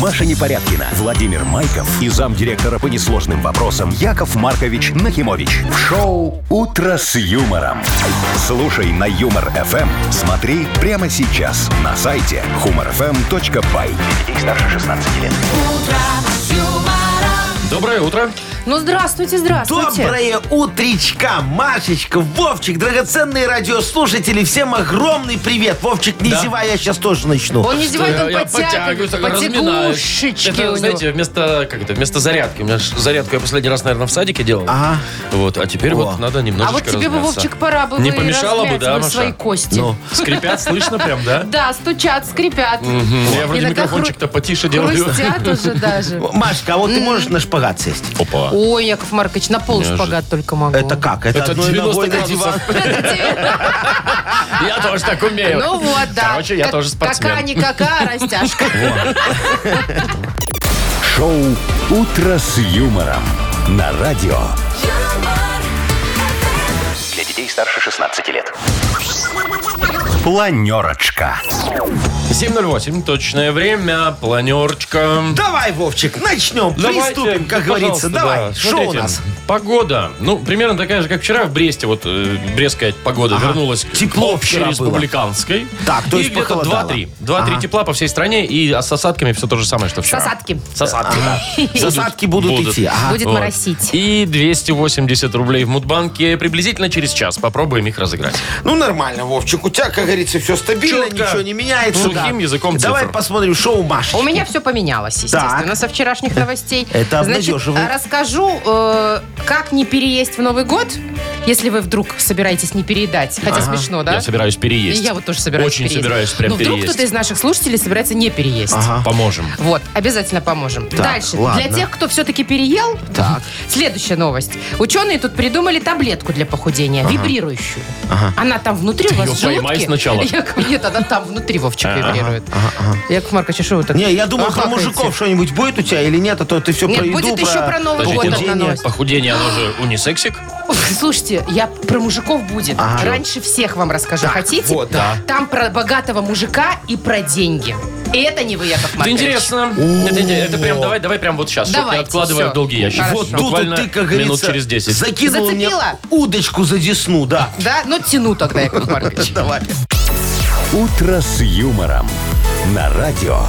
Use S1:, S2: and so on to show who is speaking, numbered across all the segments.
S1: Маша Непорядкина, Владимир Майков и замдиректора по несложным вопросам Яков Маркович Нахимович. В шоу «Утро с юмором». Слушай на «Юмор-ФМ». Смотри прямо сейчас на сайте humorfm.by. Для детей старше 16 лет.
S2: Доброе утро.
S3: Ну, здравствуйте, здравствуйте.
S4: Доброе утречка, Машечка, Вовчик, драгоценные радиослушатели, всем огромный привет. Вовчик, не
S2: Да.
S4: зевай, я сейчас тоже начну.
S3: Он не зевает, он
S2: Э, Я- я
S3: подтягивает,
S2: так разминаюсь.
S3: потягушечки у
S2: Это,
S3: него.
S2: знаете, вместо, как это, вместо зарядки. У меня ж зарядку я последний раз, наверное, в садике делал.
S4: Ага.
S2: Вот, а теперь вот надо
S3: а
S2: немножечко
S3: вот тебе бы,
S2: размяться.
S3: Вовчик, пора бы
S2: Не
S3: вы
S2: помешало бы,
S3: размять
S2: да,
S3: бы
S2: Маша?
S3: свои кости.
S2: Ну, скрипят, слышно прям, да?
S3: Да, стучат, скрипят.
S2: Мгм. Я вроде
S3: Иногда
S2: микрофончик-то потише делаю.
S3: Хрустят уже даже.
S4: Машка, а вот ты можешь на шпагат сесть?
S2: Опа.
S3: Ой, Яков Маркович, на пол
S2: Неожиданно.
S3: шпагат только могу.
S4: Это как?
S2: Это
S4: одной
S2: 90
S4: ногой на
S2: градусов.
S4: диван?
S2: Я тоже так умею.
S3: Ну вот, да.
S2: Короче, я
S3: Как-
S2: тоже спортсмен.
S3: Какая-никакая растяжка.
S1: Шоу «Утро с юмором» на радио. Для детей старше 16 лет. Планерочка.
S2: 7.08, точное время, планерочка.
S4: Давай, Вовчик, начнем,
S2: Давайте, ну,
S4: приступим, как
S2: пожалуйста,
S4: говорится. Давай,
S2: да.
S4: что у
S2: Смотрите,
S4: нас?
S2: Погода. Ну, примерно такая же, как вчера в Бресте. Вот э, брестская погода
S4: Ага.
S2: вернулась
S4: Тепло
S2: к
S4: вчера было.
S2: общереспубликанской.
S4: Так, то
S2: И
S4: есть
S2: где-то
S4: похолодало.
S2: 2-3. 2-3
S4: Ага.
S2: тепла по всей стране и а, с осадками все то же самое, что вчера.
S3: Сосадки.
S2: С осадками.
S4: Засадки будут,
S2: будут.
S4: идти. ага.
S3: Будет
S2: Вот.
S3: моросить.
S2: И 280 рублей в Мудбанке приблизительно через час. Попробуем их разыграть.
S4: Ну, нормально, Вовчик. У тебя, как говорится, все стабильно,
S2: Чётко.
S4: ничего не меняется.
S2: Сухим
S4: да.
S2: языком
S4: Давай
S2: цифр.
S4: посмотрим шоу Машечки.
S3: У меня все поменялось, естественно,
S4: Так.
S3: со вчерашних новостей.
S4: Это
S3: Значит,
S4: обнадеживает.
S3: расскажу, э, как не переесть в Новый год, если вы вдруг собираетесь не переедать. Хотя смешно, да?
S2: Я собираюсь переесть.
S3: И я вот тоже собираюсь
S2: Очень
S3: переесть.
S2: собираюсь прям
S3: Но вдруг
S2: переесть.
S3: кто-то из наших слушателей собирается не переесть.
S4: Ага.
S2: Поможем.
S3: Вот, обязательно поможем. Дальше.
S4: ладно.
S3: Для тех, кто все-таки переел,
S4: Так.
S3: следующая новость. Ученые тут придумали таблетку для похудения, вибрирующую. Она там внутри у вас
S2: её
S3: в желудке.
S2: поймай сначала.
S3: Яков- Нет, она там внутри, Вовчик, вибрирует. Яков Маркович, а что вы так
S4: Не, я думал, про
S3: ахахаете?
S4: мужиков что-нибудь будет у тебя или нет, а то ты все
S3: Нет,
S4: про еду,
S3: будет еще про Новый
S2: Подождите,
S3: год
S2: ну,
S3: одна
S4: похудение.
S3: новость.
S2: Похудение, оно же унисексик.
S3: Слушайте, я про мужиков будет.
S4: Ага.
S3: Раньше всех вам расскажу. Хотите?
S4: вот, да.
S3: Там про богатого мужика и про деньги. И это не вы, Яков
S2: Это
S3: Маркович.
S2: интересно. Это, это- это прям давай, давай прям вот сейчас. Чтобы не
S3: Давайте,
S2: откладывая
S3: всё.
S2: в долгий ящик.
S3: Хорошо.
S4: Вот тут
S2: Буквально
S4: ты, как
S2: минут
S4: говорится,
S2: через 10.
S4: закинул мне
S3: Зацепила?
S4: удочку за десну, да.
S3: Да? Ну, тяну тогда, Яков Маркович.
S4: Давай.
S1: «Утро с юмором» на радио.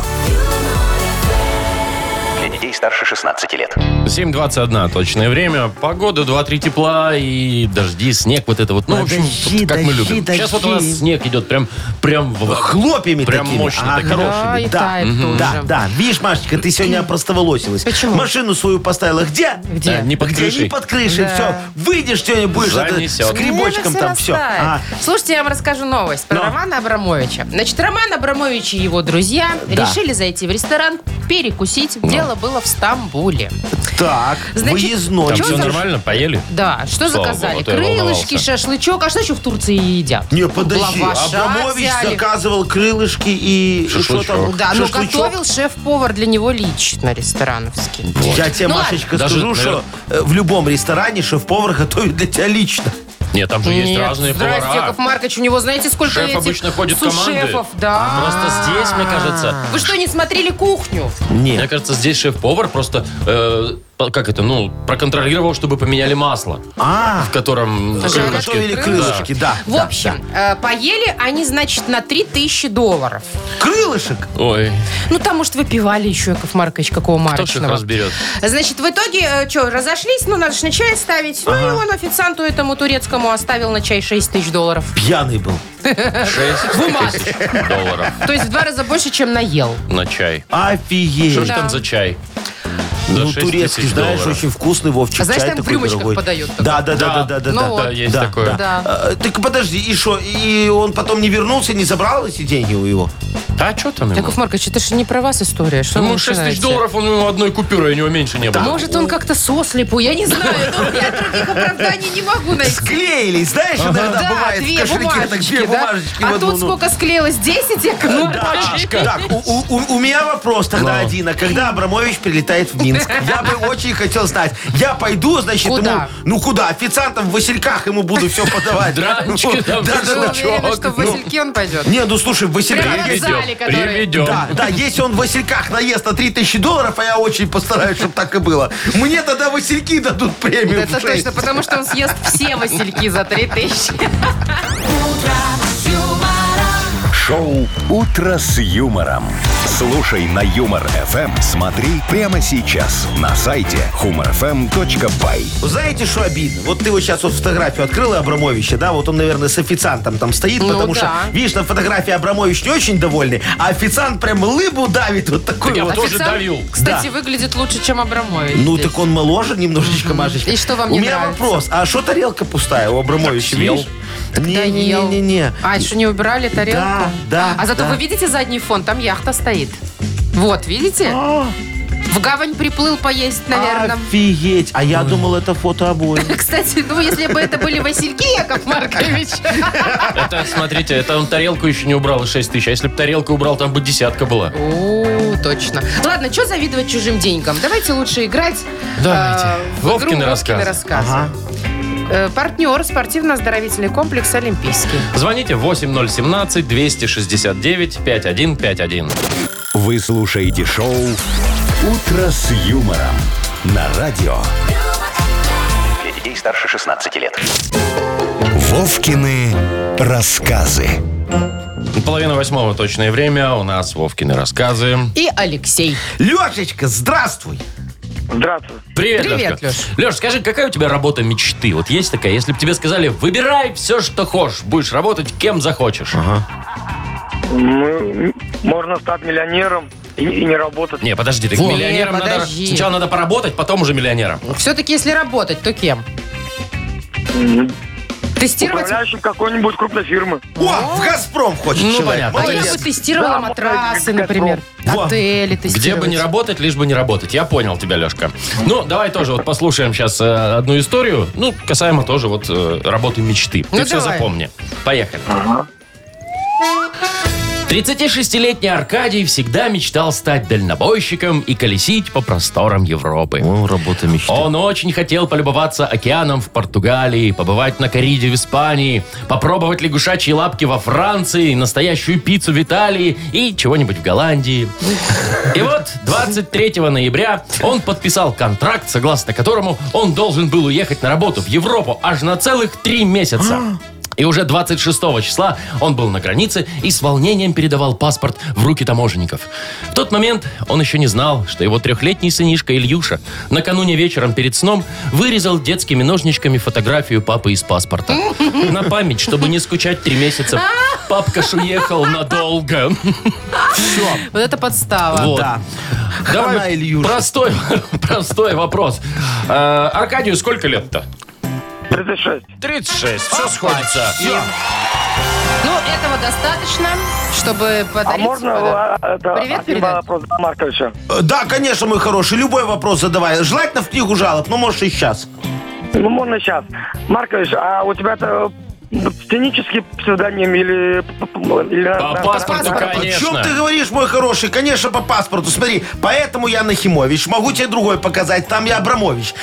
S5: Для детей старше 16 лет.
S2: 7.21 точное время. Погода 2-3 тепла и дожди, снег. Вот это вот. Ну, в общем,
S4: Подожди,
S2: вот как мы
S4: дожди,
S2: любим. Сейчас вот у нас
S4: дожди.
S2: снег идет прям, прям в...
S4: Хлопьями
S2: Прям
S4: такими.
S2: мощно
S4: а,
S2: такими.
S3: Да, и
S4: хорошими. Да,
S3: тает тоже.
S4: да, да. Видишь, Машечка, ты сегодня опростоволосилась.
S3: Почему?
S4: Машину свою поставила. Где?
S3: Где?
S2: Да, не под
S4: Где?
S2: крышей.
S4: Не под крышей.
S3: Да.
S4: Все. Выйдешь сегодня, будешь это, с
S2: Занесет.
S4: грибочком
S3: Мне
S4: там А,
S3: всё
S4: все.
S3: растает.
S2: А.
S3: Слушайте, я вам расскажу новость про
S4: Но.
S3: Романа Абрамовича. Значит, Роман Абрамович и его друзья
S4: Да.
S3: решили зайти в ресторан перекусить.
S2: Ну.
S3: Дело было в Стамбуле.
S4: так,
S3: Значит,
S4: выездной.
S2: Там
S3: Чё
S2: все
S3: за-
S2: нормально, поели?
S3: Да, что
S2: Слава
S3: заказали?
S2: богу, а то я
S3: Крылышки,
S2: волновался.
S3: шашлычок. А что еще в Турции едят?
S4: Не, подожди.
S3: Лаваша
S4: Абрамович
S3: взяли.
S4: заказывал крылышки и... и что там?
S3: Да, ну
S4: Шашлычок.
S3: готовил шеф-повар для него лично ресторановский.
S4: Я тебе,
S3: Ну ладно.
S4: Машечка,
S2: Даже,
S4: скажу, что э, в любом ресторане шеф-повар готовит для тебя лично.
S2: Нет, там же есть
S3: Нет,
S2: разные
S3: здрасте,
S2: повара.
S3: Яков Маркович, у него знаете сколько
S2: Шеф
S3: этих
S2: обычно ходит
S3: сушефов,
S2: команды. А
S3: да.
S2: Просто здесь, мне кажется...
S3: Вы что, не смотрели кухню?
S2: Мне
S4: Нет.
S2: кажется, здесь шеф-повар просто, э, по- как это, ну, проконтролировал, чтобы поменяли масло,
S4: А,
S2: в котором
S3: Жарят
S2: крылышки.
S4: готовили
S3: Да.
S4: крылышки, да.
S3: В
S4: да,
S3: общем, э, поели они, значит, на 3000 долларов.
S4: да. Крылышек?
S2: Ой,
S3: Ну, там, может, выпивали еще, Яков Маркович, какого
S2: кто ж их
S3: марочного.
S2: разберет?
S3: Значит, в итоге, что, разошлись, ну, надо же на чай ставить. Ну, и он официанту этому турецкому оставил на чай 6 тысяч долларов.
S4: Пьяный был.
S2: 6 тысяч долларов
S3: То есть в два раза больше, чем наел.
S2: на чай. Что
S4: Офигеть.
S2: ж там за чай? За
S4: Ну,
S2: 6
S4: турецкий,
S2: тысяч
S4: знаешь,
S2: долларов.
S4: очень вкусный, Вовчик.
S3: А знаешь,
S4: чай
S3: там в
S4: такой
S3: рюмочках
S4: дорогой.
S3: подают такой.
S4: Да, да, да, да, да, да.
S3: Ну
S4: да.
S3: вот.
S2: Да, есть
S4: Да,
S2: такое.
S3: да.
S4: А, так подожди, и что, и он потом не вернулся, не забрал эти деньги у его?
S2: А что там ему?
S3: Яков Маркович, это же не про вас история. Что вы
S2: Ему 6 тысяч
S3: начинаете?
S2: долларов, он ему одной купюрой, у него меньше не было.
S3: Может, он как-то сослепу, я не знаю. Ну, я других оправданий не могу найти.
S4: Склеились, знаешь, иногда бывает в кошельке так две
S3: да?
S4: бумажечки в
S3: А
S4: одну,
S3: тут
S4: ну.
S3: сколько склеилось? 10 Яков Маркович?
S4: Так, у, у- у- у меня вопрос тогда
S2: Ну.
S4: один. А когда Абрамович прилетает в Минск? Я бы очень хотел знать. Я пойду, значит,
S3: Куда?
S4: ему... Ну куда? Официантом в Васильках ему буду все подавать. Ну,
S2: Дранчики там,
S4: Да, да,
S3: Вы
S4: да.
S3: уверены, что в Васильки он пойдет?
S4: Не, ну слушай, в Васильках
S3: Прямо на
S4: есть-
S2: идем.
S3: Виталий, который...
S2: Приведем.
S4: Да, да, если он в Васильках наест на 3000 долларов, а я очень постараюсь, чтобы так и было, мне тогда Васильки дадут премию.
S3: Это
S4: в шесть.
S3: точно, потому что он съест все васильки за 3000.
S1: Шоу «Утро с юмором». Слушай на Юмор-ФМ. Смотри прямо сейчас на сайте humorfm.by.
S4: Ну, Знаете, что обидно? Вот ты вот сейчас вот фотографию открыла Абрамовича, да? Вот он, наверное, с официантом там стоит,
S3: Ну
S4: потому что,
S3: да.
S4: видишь, на фотографии Абрамович не очень довольный, а официант прям лыбу давит вот такой
S2: Так я
S4: вот.
S2: вот- Тоже давил.
S3: кстати,
S4: Да.
S3: выглядит лучше, чем Абрамович.
S4: Ну,
S3: здесь.
S4: так он моложе немножечко, Машечка.
S3: И что вам
S4: У
S3: не
S4: меня
S3: нравится?
S4: вопрос. А что тарелка пустая у
S2: Так
S4: Абрамовича,
S2: съел.
S4: видишь?
S3: Да ел.
S4: Не-не-не-не.
S3: А, еще не убирали тарелку?
S4: Да, да,
S3: А зато
S4: да.
S3: вы видите задний фон? Там яхта стоит. Вот, видите?
S4: А.
S3: В гавань приплыл поесть, наверное.
S4: Офигеть. А я думал, это фото обои.
S3: Кстати, ну если бы это были Васильки, Яков Маркович, а?
S2: Это, смотрите, это он тарелку еще не убрал и 6 тысяч. А если бы тарелку убрал, там бы десятка была.
S3: О, точно. Ладно, что завидовать чужим деньгам? Давайте лучше играть а,
S2: Давайте.
S3: в игру
S2: Вовкины рассказы».
S3: рассказы». Э, партнер спортивно-оздоровительный комплекс «Олимпийский».
S2: Звоните 8017-269-5151.
S1: Вы слушаете шоу «Утро с юмором» на радио.
S5: Для детей старше 16 лет.
S1: Вовкины рассказы.
S2: Половина восьмого точное время. У нас Вовкины рассказы.
S3: И Алексей.
S4: Лешечка, здравствуй.
S6: Здравствуйте.
S2: Привет,
S3: Привет,
S2: Лешка. Леш, скажи, какая у тебя работа мечты? Вот есть такая? Если бы тебе сказали, выбирай все, что хочешь. Будешь работать кем захочешь.
S6: Ну, можно стать миллионером и, и не работать.
S2: Не, подожди, ты
S3: Во.
S2: миллионером
S3: Не,
S2: надо-
S3: подожди.
S2: Сначала надо поработать, потом уже миллионером.
S3: Все-таки, если работать, то кем?
S6: М,
S3: Тестировать?
S6: Управляющим какой-нибудь крупной фирмы.
S4: О, в «Газпром» хочет
S2: Ну,
S4: человек.
S2: понятно.
S3: А я бы
S4: Молодец.
S3: тестировала
S6: Да,
S3: матрасы,
S6: можно
S3: например.
S4: Во.
S3: Отели тестировать.
S2: Где бы не работать, лишь бы не работать. Я понял тебя, Лешка. Ну, давай тоже вот послушаем сейчас одну историю. Ну, касаемо тоже вот э, работы мечты. Ты
S3: Ну,
S2: все
S3: давай.
S2: запомни. Поехали. 36-летний Аркадий всегда мечтал стать дальнобойщиком и колесить по просторам Европы.
S4: О, работа мечты.
S2: Он очень хотел полюбоваться океаном в Португалии, побывать на кориде в Испании, попробовать лягушачьи лапки во Франции, настоящую пиццу в Италии и чего-нибудь в Голландии. И вот 23 ноября он подписал контракт, согласно которому он должен был уехать на работу в Европу аж на целых три месяца. И уже 26 числа он был на границе и с волнением передавал паспорт в руки таможенников. В тот момент он еще не знал, что его трехлетний сынишка Ильюша накануне вечером перед сном вырезал детскими ножничками фотографию папы из паспорта. На память, чтобы не скучать три месяца. Папка ж уехал надолго.
S3: Вот это подстава.
S2: Вот.
S4: Да.
S2: Давай
S4: Хана Ильюша.
S2: Простой, простой вопрос. Э, Аркадию сколько лет-то?
S6: 36.
S2: 36. Все сходится.
S4: Всё.
S3: Ну, этого достаточно, чтобы
S6: А
S3: подарить...
S6: можно а, это,
S3: Привет
S6: один
S3: передать?
S6: вопрос для Марковича?
S4: Э, Да, конечно, мой хороший. Любой вопрос задавай. Желательно в книгу жалоб, но можешь и сейчас.
S6: Ну, можно сейчас. Маркович, а у тебя это ну, сценический псевдоним или... п- п- или
S2: По
S6: на-
S2: паспорту,
S6: на-
S4: О
S2: Ну, конечно.
S4: чем ты говоришь, мой хороший? Конечно, по паспорту. Смотри, поэтому я Нахимович. Могу тебе другой показать. Там я Абрамович.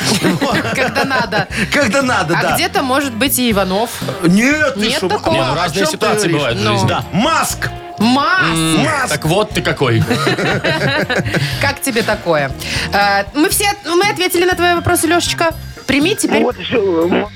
S3: Когда надо.
S4: Когда надо,
S3: А
S4: да.
S3: где-то может быть и Иванов.
S4: Нет, ты
S3: Нет
S4: шо?
S3: такого.
S2: Не,
S4: О
S2: ну разные
S4: чем ты
S2: ситуации
S4: говоришь?
S2: бывают в
S3: Ну.
S2: жизни.
S4: Да. Маск.
S3: Мас!
S4: Маск.
S2: Так вот ты какой.
S3: Как тебе такое? Э, Мы все, мы ответили на твои вопросы, Лешечка. Прими теперь.
S6: Ну, Вот еще, м,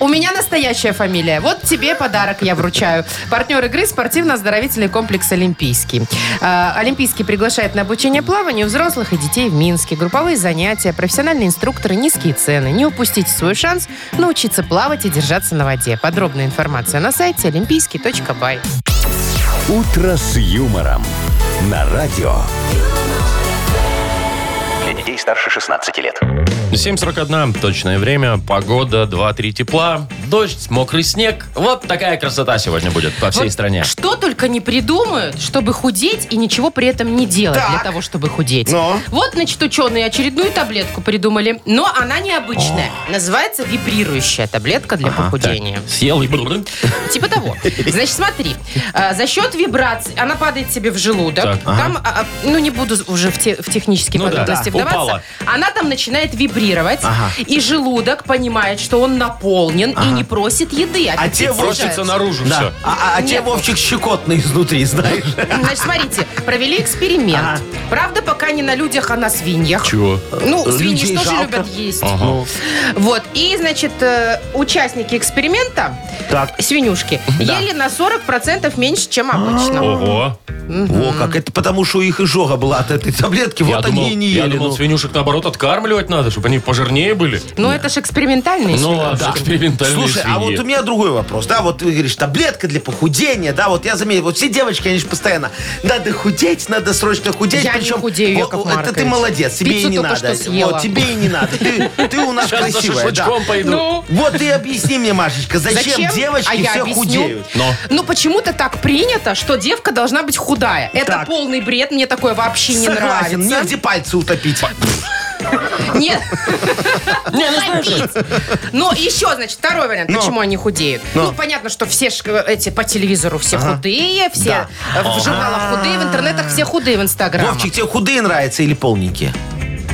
S3: У меня настоящая фамилия. Вот тебе подарок я вручаю. Партнер игры спортивно-оздоровительный комплекс «Олимпийский». Э, «Олимпийский» приглашает на обучение плаванию взрослых и детей в Минске. Групповые занятия, профессиональные инструкторы, низкие цены. Не упустите свой шанс научиться плавать и держаться на воде. Подробная информация на сайте олимпийский.бай.
S1: «Утро с юмором» на радио.
S5: Для детей старше 16 лет.
S2: 7.41, точное время, погода, 2-3 тепла, дождь, мокрый снег. Вот такая красота сегодня будет по всей
S3: Вот
S2: стране.
S3: Что только не придумают, чтобы худеть и ничего при этом не делать для
S4: Так.
S3: того, чтобы худеть.
S4: Но.
S3: Вот, значит, ученые очередную таблетку придумали, но она необычная. Называется вибрирующая таблетка для похудения.
S2: Съел и... бррр.
S3: Типа того. Значит, смотри, а, за счет вибраций она падает тебе в желудок.
S2: Так,
S3: Там, а, а, ну не буду уже в, те- в технические
S2: Ну да, да,
S3: подробности вдаваться.
S2: упала.
S3: Она там начинает дефилировать, и желудок понимает, что он наполнен и не просит еды.
S4: А
S3: Аппетит
S4: те вот-
S3: снижается.
S2: Просится наружу
S4: Да.
S2: все.
S4: А, а- а те
S3: Нет.
S4: Вовчик щекотный изнутри, знаешь.
S3: Значит, смотрите, провели эксперимент.
S4: Ага.
S3: Правда, пока не на людях, а на свиньях.
S2: Чего?
S3: Ну, свиньи
S4: Людей
S3: же тоже
S4: жалко.
S3: любят есть.
S2: А.
S3: Вот. И, значит, э, участники эксперимента,
S4: Так.
S3: свинюшки,
S2: Да. А.
S3: ели на 40% меньше, чем
S4: Ну,
S3: обычно.
S2: Ого.
S4: О, как это потому, что у них и жога была от этой таблетки,
S2: Я
S4: вот
S2: думал-
S4: они и не
S2: Я
S4: ели.
S2: думал,
S4: ну.
S2: свинюшек наоборот откармливать надо, чтобы они пожирнее были.
S3: Но Ну, это же экспериментальные
S2: Ну ладно, экспериментальные
S4: Слушай, а
S2: свиньи.
S4: вот у меня другой вопрос. Да, вот ты говоришь, таблетка для похудения, да, вот я заметил, вот все девочки, они же постоянно, надо худеть, надо срочно худеть.
S3: Я не
S4: причем,
S3: худею,
S4: вот,
S3: Яков
S4: вот Это ты
S3: Маркович.
S4: молодец, тебе
S3: Пиццу
S4: и не
S3: только
S4: надо.
S3: что съела.
S4: Вот, тебе и не надо. Ты, ты у нас
S2: Сейчас за
S4: красивая, да.
S2: шашлычком пойду.
S3: Ну.
S4: Вот ты объясни мне, Машечка, зачем,
S3: Зачем?
S4: девочки
S3: а я
S4: все
S3: объясню.
S4: худеют?
S2: Но.
S3: Ну, почему-то так принято, что девка должна быть худая. Это
S4: Так.
S3: полный бред, мне такое вообще не
S4: Согласен,
S3: нравится.
S4: негде пальцы утопить.
S3: Нет. Ну, еще, значит, второй вариант,
S4: Ну.
S3: почему они худеют.
S4: Ну.
S3: Ну, понятно, что все ж, э, эти по телевизору все худые, все э, в журналах худые, в интернетах все худые в Инстаграме.
S4: Вовчик, тебе худые нравятся или полненькие?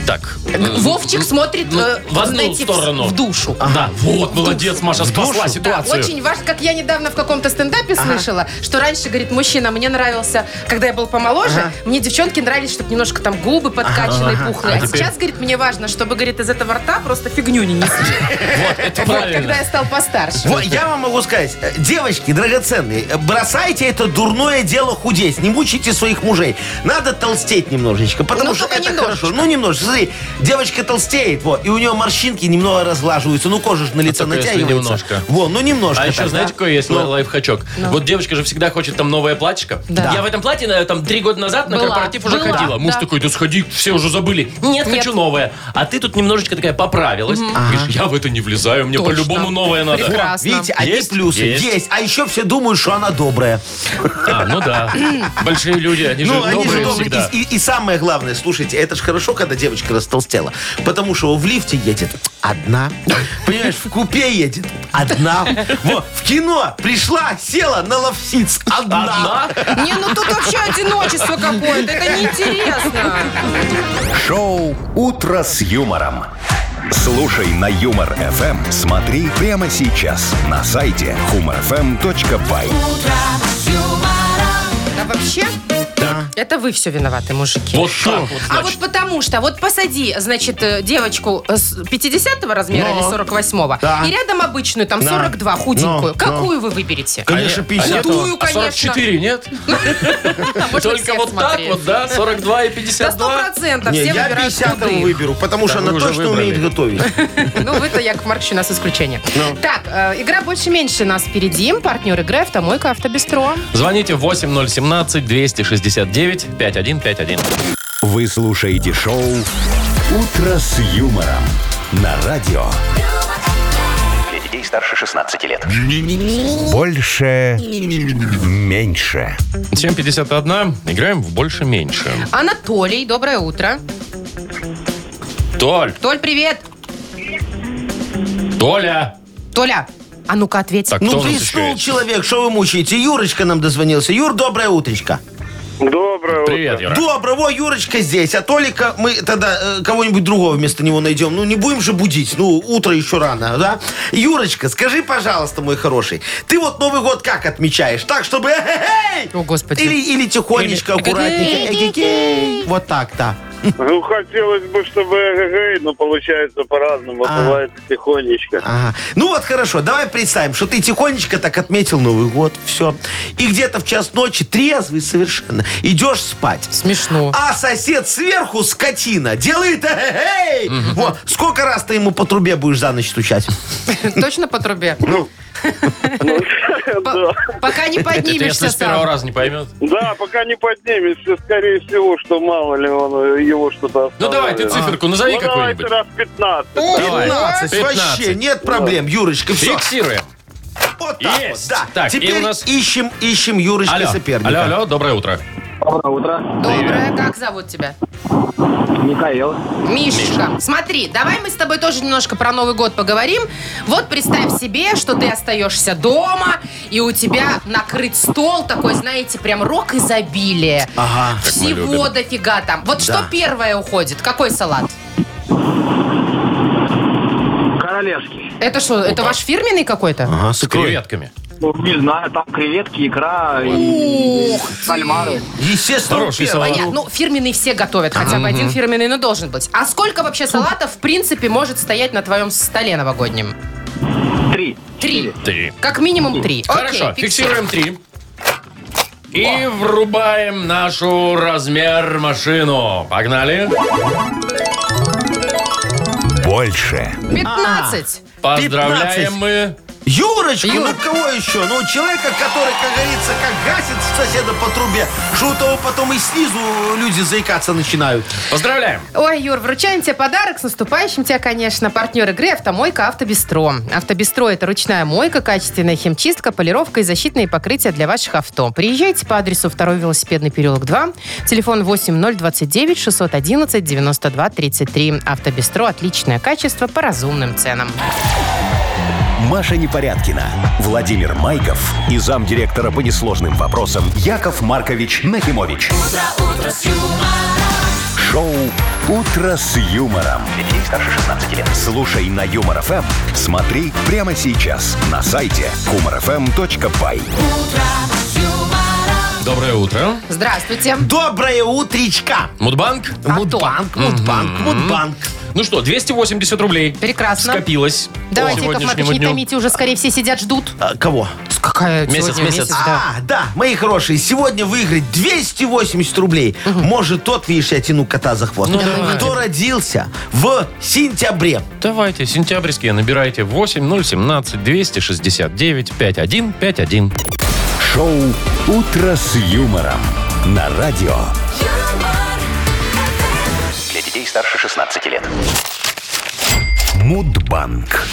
S2: Так.
S3: Э, Вовчик смотрит
S2: ну,
S3: э,
S2: в одну
S3: знаете, в-
S2: сторону.
S3: в душу.
S2: Да, вот,
S4: Ну,
S2: молодец, Маша, спасла
S3: Да,
S2: ситуацию.
S3: очень важно, как я недавно в каком-то стендапе слышала, что раньше, говорит, мужчина, мне нравился, когда я был помоложе, мне девчонки нравились, чтобы немножко там губы подкачанные, пухлые. А, сейчас, говорит, мне важно, чтобы, говорит, из этого рта просто фигню не несли.
S2: Вот, это
S3: Вот когда
S2: правильно.
S3: я стал постарше.
S4: Во, я вам могу сказать, э, девочки драгоценные, э, бросайте это дурное дело худеть, не мучайте своих мужей. Надо толстеть немножечко, потому
S3: Ну,
S4: что
S3: только
S4: это
S3: немножечко.
S4: хорошо. Ну, немножечко. Смотри, девочка толстеет, вот, и у нее морщинки немного разглаживаются, ну, кожа же на лице
S2: А только если
S4: натягивается.
S2: немножко.
S4: Во, ну, немножко.
S2: А еще,
S4: так,
S2: знаете,
S4: да?
S2: какой есть
S4: Ну,
S2: лай- лайфхачок? Вот девочка же всегда хочет там новое платьишко.
S3: Да.
S2: Я в этом платье наверное, там три года назад на
S3: Была,
S2: корпоратив уже
S3: была,
S2: ходила. Муж
S3: да.
S2: такой, да сходи, все уже забыли. Нет,
S3: Нет.
S2: хочу новое. А ты тут немножечко такая поправилась. Говоришь, я в это не влезаю, мне
S3: Точно.
S2: по-любому новое надо.
S3: Прекрасно.
S4: Видите, одни
S2: Есть?
S4: плюсы.
S2: Есть.
S4: Есть. А еще все думают, что она добрая.
S2: А, ну да. Большие люди, они же
S4: Ну, они же
S2: добрые
S4: добрые.
S2: всегда.
S4: И, и- и самое главное, слушайте, это же хорошо, когда девочка растолстела. Потому что в лифте едет одна. Понимаешь, в купе едет одна. Во, в кино пришла, села на ловсиц одна.
S3: Не, ну тут вообще одиночество какое-то, это неинтересно.
S1: Шоу «Утро с юмором». Слушай на Юмор ФМ. Смотри прямо сейчас на сайте humorfm.by.
S3: А вообще, это вы все виноваты, мужики.
S2: Вот так вот,
S3: А вот
S2: значит.
S3: потому что, вот посади, значит, э, девочку э, с 50-го размера
S4: Но.
S3: или 48-го,
S4: Да.
S3: и рядом обычную, там, 42, худенькую.
S4: Но,
S3: Какую вы выберете?
S4: Конечно,
S2: А нет,
S4: 50.
S3: Худую,
S2: этого? А
S3: конечно.
S2: 44, нет?
S3: А можно
S2: Только
S3: всех
S2: вот так
S3: смотреть?
S2: вот, да? 42 и
S3: Да сто
S2: 52.
S3: процентов,
S4: Не,
S3: все
S4: я
S3: выбирают
S4: 50
S3: худых.
S4: выберу, потому что
S2: Да,
S4: она
S2: вы уже
S4: точно
S2: выбрали.
S4: умеет готовить.
S3: Ну, вы-то, Яков Маркович, у нас исключение.
S4: Ну.
S3: Так, э, игра «Больше-меньше» нас впереди. Партнер игры «Автомойка Автобестро».
S2: Звоните 8017-269-5151.
S1: Вы слушаете шоу «Утро с юмором» на радио.
S5: Для детей старше 16 лет.
S1: Больше. Меньше.
S2: 751. Играем в больше-меньше.
S3: Анатолий, доброе утро.
S2: Толь,
S3: Толь, привет.
S2: Толя.
S3: Толя, а ну-ка ответь.
S2: Так, кто
S4: Ну,
S2: у нас еще
S4: приснул
S2: есть?
S4: человек, что вы мучаете? Юрочка нам дозвонился. Юр, доброе утречко.
S6: Доброе
S2: Привет, Юра.
S4: Доброго, Юрочка здесь. А Толика мы тогда э, кого-нибудь другого вместо него найдем. Ну, не будем же будить. Ну, утро еще рано, да? Юрочка, скажи, пожалуйста, мой хороший, ты вот Новый год как отмечаешь? Так, чтобы... «Эхе-хей!»
S3: О, Господи.
S4: Или, или тихонечко, аккуратненько. «Эгегей!» Вот так, да.
S6: Ну, хотелось бы, чтобы эгэгэй, но получается по-разному.
S4: А.
S6: Бывает тихонечко.
S4: Ага. Ну вот хорошо, давай представим, что ты тихонечко так отметил Новый год, все. И где-то в час ночи, трезвый совершенно, идешь спать.
S3: Смешно.
S4: А сосед сверху, скотина, делает эй! Вот, сколько раз ты ему по трубе будешь за ночь стучать?
S3: Точно по трубе?
S4: Ну,
S6: Да.
S3: Пока не
S2: Это если
S3: поднимешься
S2: с первого
S3: сам.
S2: раза не Ну, поймет.
S6: Да, пока не поднимешься, скорее всего, что мало ли он э, его что-то
S2: Ну давай, ты
S6: останавливает.
S2: циферку назови
S6: Ну, давайте
S2: какую-нибудь.
S6: раз 15.
S2: Давай.
S4: 15,
S2: 15.
S4: вообще, нет проблем, Юрочка, все.
S2: Фиксируем.
S4: Вот так
S2: Есть.
S4: вот, да.
S2: Так, и
S4: Теперь
S2: у нас-
S4: ищем, ищем Юрочка
S2: Алло.
S4: соперника.
S2: алло, алло, доброе утро.
S6: Доброе утро.
S3: Доброе, как зовут тебя?
S6: Михаил.
S3: Мишка. Смотри, давай мы с тобой тоже немножко про Новый год поговорим. Вот представь себе, что ты остаешься дома, и у тебя накрыт стол такой, знаете, прям рок изобилия.
S4: Ага.
S2: мы
S3: Всего дофига там. Вот что первое уходит? Какой салат?
S6: Олежки.
S3: Это что, это ваш фирменный какой-то?
S4: Ага,
S2: С креветками.
S6: Ну, не знаю, там креветки, икра и
S3: Ух ты!
S6: сальмары.
S4: Естественно,
S2: Хороший
S4: первый.
S2: салат.
S3: Понятно. Ну, фирменный все готовят, хотя бы один фирменный, но должен быть. А сколько вообще салатов, в принципе, может стоять на твоем столе новогоднем?
S6: Три.
S3: Три.
S2: Три.
S3: Как минимум три.
S2: Хорошо,
S3: Окей,
S2: фиксируем три. И врубаем нашу размер машину. Погнали.
S1: Больше.
S2: А.
S3: 15.
S2: Поздравляем мы.
S4: Юрочку,
S3: Юр.
S4: ну кого еще? Ну, человека, который, как говорится, как гасит соседа по трубе, что у того потом и снизу люди заикаться начинают.
S2: Поздравляем.
S3: Ой, Юр, вручаем тебе подарок с наступающим тебя, конечно. Партнер игры «Автомойка Автобестро». «Автобестро» — это ручная мойка, качественная химчистка, полировка и защитные покрытия для ваших авто. Приезжайте по адресу 2 велосипедный переулок 2, телефон 8029 611 92 33. «Автобестро» — отличное качество по разумным ценам.
S1: Маша Непорядкина, Владимир Майков и замдиректора по несложным вопросам Яков Маркович Нахимович. Шоу Утро с юмором.
S5: Для детей старше 16 лет.
S1: Слушай на Юмор ФМ, смотри прямо сейчас на сайте humorfm.by.
S2: Доброе утро.
S3: Здравствуйте.
S4: Доброе утречка.
S2: Мудбанк.
S4: Мудбанк, мудбанк, мудбанк.
S2: Ну что, 280 рублей.
S3: Прекрасно.
S2: Скопилось.
S3: Давайте,
S2: к
S3: Яков Маркович,
S2: сегодняшнему
S3: не
S2: дню.
S3: томите, уже, скорее, все сидят, ждут.
S4: А, Кого?
S3: Какая
S2: Месяц,
S3: сегодня
S2: месяц.
S3: да.
S4: А, да, мои хорошие, сегодня выиграть 280 рублей может тот, видишь, я тяну кота за хвост, кто родился в сентябре.
S2: Давайте, сентябрьские, набирайте 8017 269 5151.
S1: Шоу Утро с юмором на радио.
S5: Для детей старше 16 лет.
S1: Мудбанк.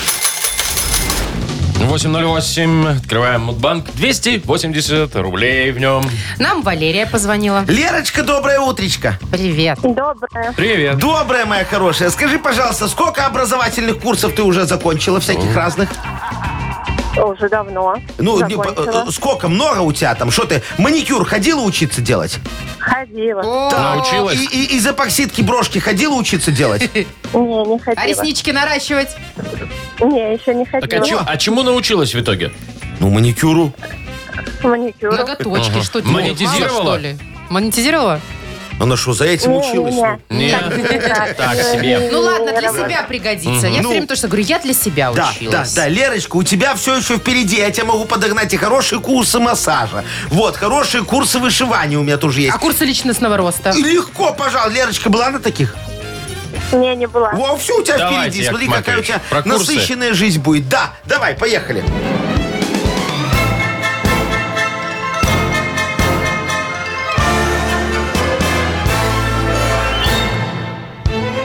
S2: 808. Открываем Мудбанк. 280 рублей в нем.
S3: А, Нам Валерия позвонила.
S4: Лерочка, доброе утречко.
S3: Привет.
S7: Доброе.
S2: Привет.
S4: Доброе, моя хорошая. Скажи, пожалуйста, сколько образовательных курсов ты уже закончила, всяких разных?
S7: Уже давно.
S4: Ну, не,
S7: Закончила.
S4: по- э, сколько, много у тебя там? Что ты, маникюр ходила учиться делать?
S7: Ходила.
S3: О,
S2: Научилась?
S4: И, и- из эпоксидки брошки ходила учиться делать?
S7: Не, не
S3: а
S7: ходила.
S3: реснички наращивать?
S7: Не, еще не
S2: Так а,
S7: ходила.
S2: чё- а чему научилась в итоге?
S4: Ну, маникюру.
S2: а
S7: Маникюр.
S3: Ноготочки,
S2: Ага.
S3: что ты?
S2: Монетизировала?
S3: мало, что ли? Монетизировала?
S4: Она что, за этим училась? ну?
S2: Не. Так
S7: э,
S2: себе.
S3: Ну ладно, для себя пригодится. Я все
S4: Ну,
S3: время то, что говорю, я для себя
S4: Да, да,
S3: училась.
S4: да, Лерочка, у тебя все еще впереди. Я тебе могу подогнать и хорошие курсы массажа. Вот, хорошие курсы вышивания у меня тоже есть.
S3: А курсы личностного роста?
S4: И легко, пожалуйста. Лерочка была на таких?
S7: Не, не была.
S4: Во, все у тебя
S2: Давайте,
S4: впереди.
S2: Яков
S4: Смотри, какая у
S2: Маркович,
S4: тебя
S2: про курсы.
S4: насыщенная жизнь будет. Да, давай, поехали.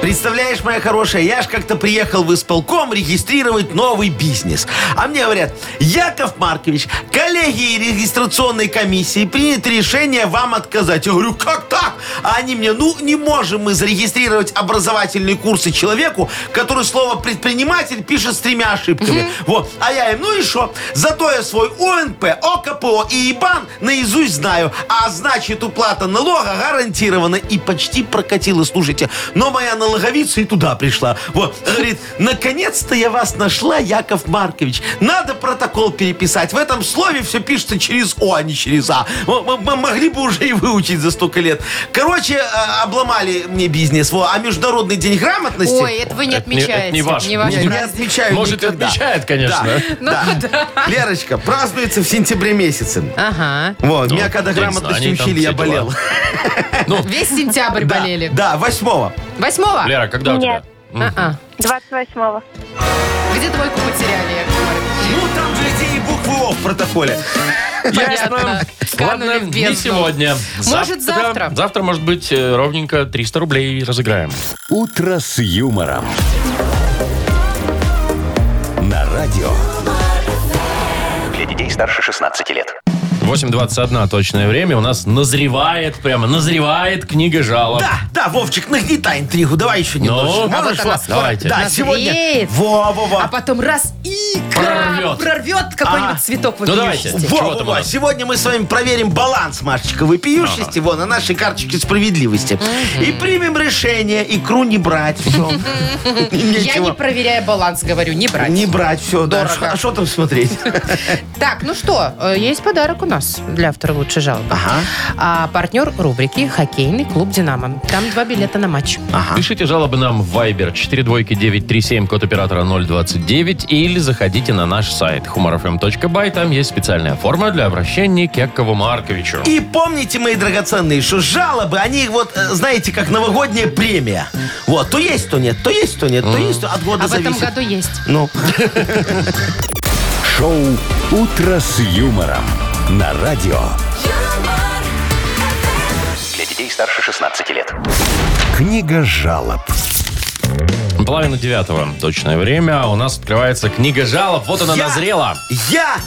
S4: Представляешь, моя хорошая, я ж как-то приехал в исполком регистрировать новый бизнес. А мне говорят, Яков Маркович, коллеги регистрационной комиссии принято решение вам отказать. Я говорю, как так? А они мне, ну не можем мы зарегистрировать образовательные курсы человеку, который слово предприниматель пишет с тремя ошибками. Вот. А я им, ну и что? Зато я свой ОНП, ОКПО и ИБАН наизусть знаю. А значит, уплата налога гарантирована. И почти прокатила, слушайте. Но моя налоговица и туда пришла. Вот, говорит, наконец-то я вас нашла, Яков Маркович. Надо протокол переписать. В этом слове все пишется через О, а не через А. М- м- м- Могли бы уже и выучить за столько лет. Короче, э, обломали мне бизнес. Во, а Международный день грамотности...
S3: Ой, это вы не
S2: Это не- это не
S3: отмечаете.
S2: ваше.
S3: ваше.
S4: Не, не отмечаю
S2: Может, и
S4: Э, никогда.
S2: отмечает, конечно.
S4: Да, да. Лерочка, празднуется в сентябре месяце.
S3: Ага.
S4: Вот,
S2: Ну,
S4: меня когда
S2: день
S4: грамотности
S2: знаний, там
S4: учили, я
S2: все дела.
S4: болел.
S2: Ну.
S3: Весь сентябрь
S4: Да,
S3: болели.
S4: Да, восьмого.
S3: Восьмого?
S2: Лера, когда у тебя?
S7: Нет.
S2: М.
S3: А-а.
S7: 28-го.
S3: Где двойку потеряли? Яков Маркович?
S4: Ну, там же эти и буквы О в протоколе.
S3: Понятно. Канули
S2: Ладно,
S3: в
S2: не
S3: бездну.
S2: сегодня.
S3: Может, завтра.
S2: Завтра, может быть, э, ровненько 300 рублей разыграем.
S1: Утро с юмором. На радио.
S5: Для детей старше 16 лет.
S2: 8.21 точное время. У нас назревает, прямо назревает книга жалоб.
S4: Да, да, Вовчик, ну, нагнетай интригу, давай еще немножечко.
S2: а
S4: Можешь,
S3: вот она
S4: Вов?
S3: скоро
S2: Давайте.
S4: Да,
S3: назреет.
S4: сегодня... Во, во,
S3: А
S4: во.
S3: потом раз и крам,
S2: Прорвет.
S3: прорвет какой-нибудь
S4: А.
S3: цветок
S2: Ну, давайте.
S3: вопиющести.
S2: Чего
S4: Во,
S2: там
S4: во,
S2: у
S4: во.
S2: нас?
S4: Сегодня мы с вами проверим баланс, Машечка, выпиющести, во, на нашей карточке справедливости. И примем решение, икру не брать, все.
S3: Я не проверяя баланс, говорю, не брать.
S4: Не брать, все, да.
S3: Дорого.
S4: Ш- А что там смотреть?
S3: Так, ну что, э, есть подарок у нас для автора лучшей жалобы. А партнер рубрики «Хоккейный клуб «Динамо». Там два билета на матч.
S2: Пишите жалобы нам в Viber 42937, код оператора 029, или заходите на наш сайт humorfm.by. Там есть специальная форма для обращения к Якову Марковичу.
S4: И помните, мои драгоценные, что жалобы, они вот, э, знаете, как новогодняя премия. Вот, то есть, то нет, то есть, то нет, то есть, то от года
S3: А в этом
S4: зависит.
S3: году есть.
S4: Ну,
S1: Шоу «Утро с юмором» на радио.
S8: юмор,
S5: Для детей старше 16 лет.
S1: Книга жалоб.
S2: Половина девятого точное время. А У нас открывается книга жалоб. Вот она
S4: Я-
S2: назрела.
S4: я,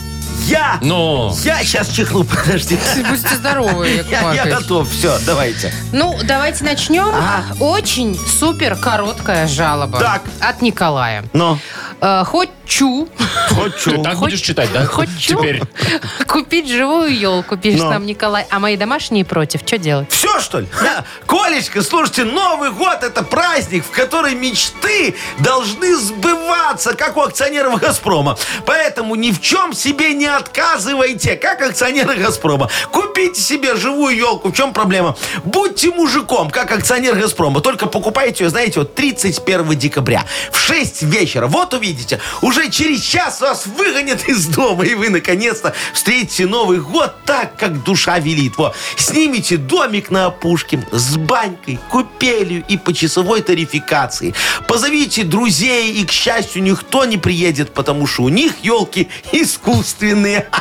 S4: я,
S2: Ну,
S4: я сейчас чихну, подожди.
S3: Будьте здоровы,
S4: Я, я готов, все, давайте.
S3: Ну, давайте начнем. Очень супер короткая жалоба.
S4: Так.
S3: От Николая.
S4: Но.
S3: Э, хочу
S2: ты
S4: Ну, Хочу.
S2: так А, будешь читать, да?
S3: Хочу.
S2: Теперь.
S3: купить живую елку, пишет
S4: Но.
S3: нам Николай. А мои домашние против. Что делать?
S4: Все, что ли? Да. Колечка, слушайте, Новый год это праздник, в который мечты должны сбываться, как у акционеров Газпрома. Поэтому ни в чем себе не отказывайте, как акционеры Газпрома. Купите себе живую елку, в чем проблема? Будьте мужиком, как акционер Газпрома, только покупайте ее, знаете, вот 31 декабря в 6 вечера. Вот увидите, уже через час вас выгонят из дома, и вы наконец-то встретите Новый год так, как душа велит. Во. Снимите домик на опушке с банькой, купелью и почасовой тарификацией. Позовите друзей, и, к счастью, никто не приедет, потому что у них елки искусственные.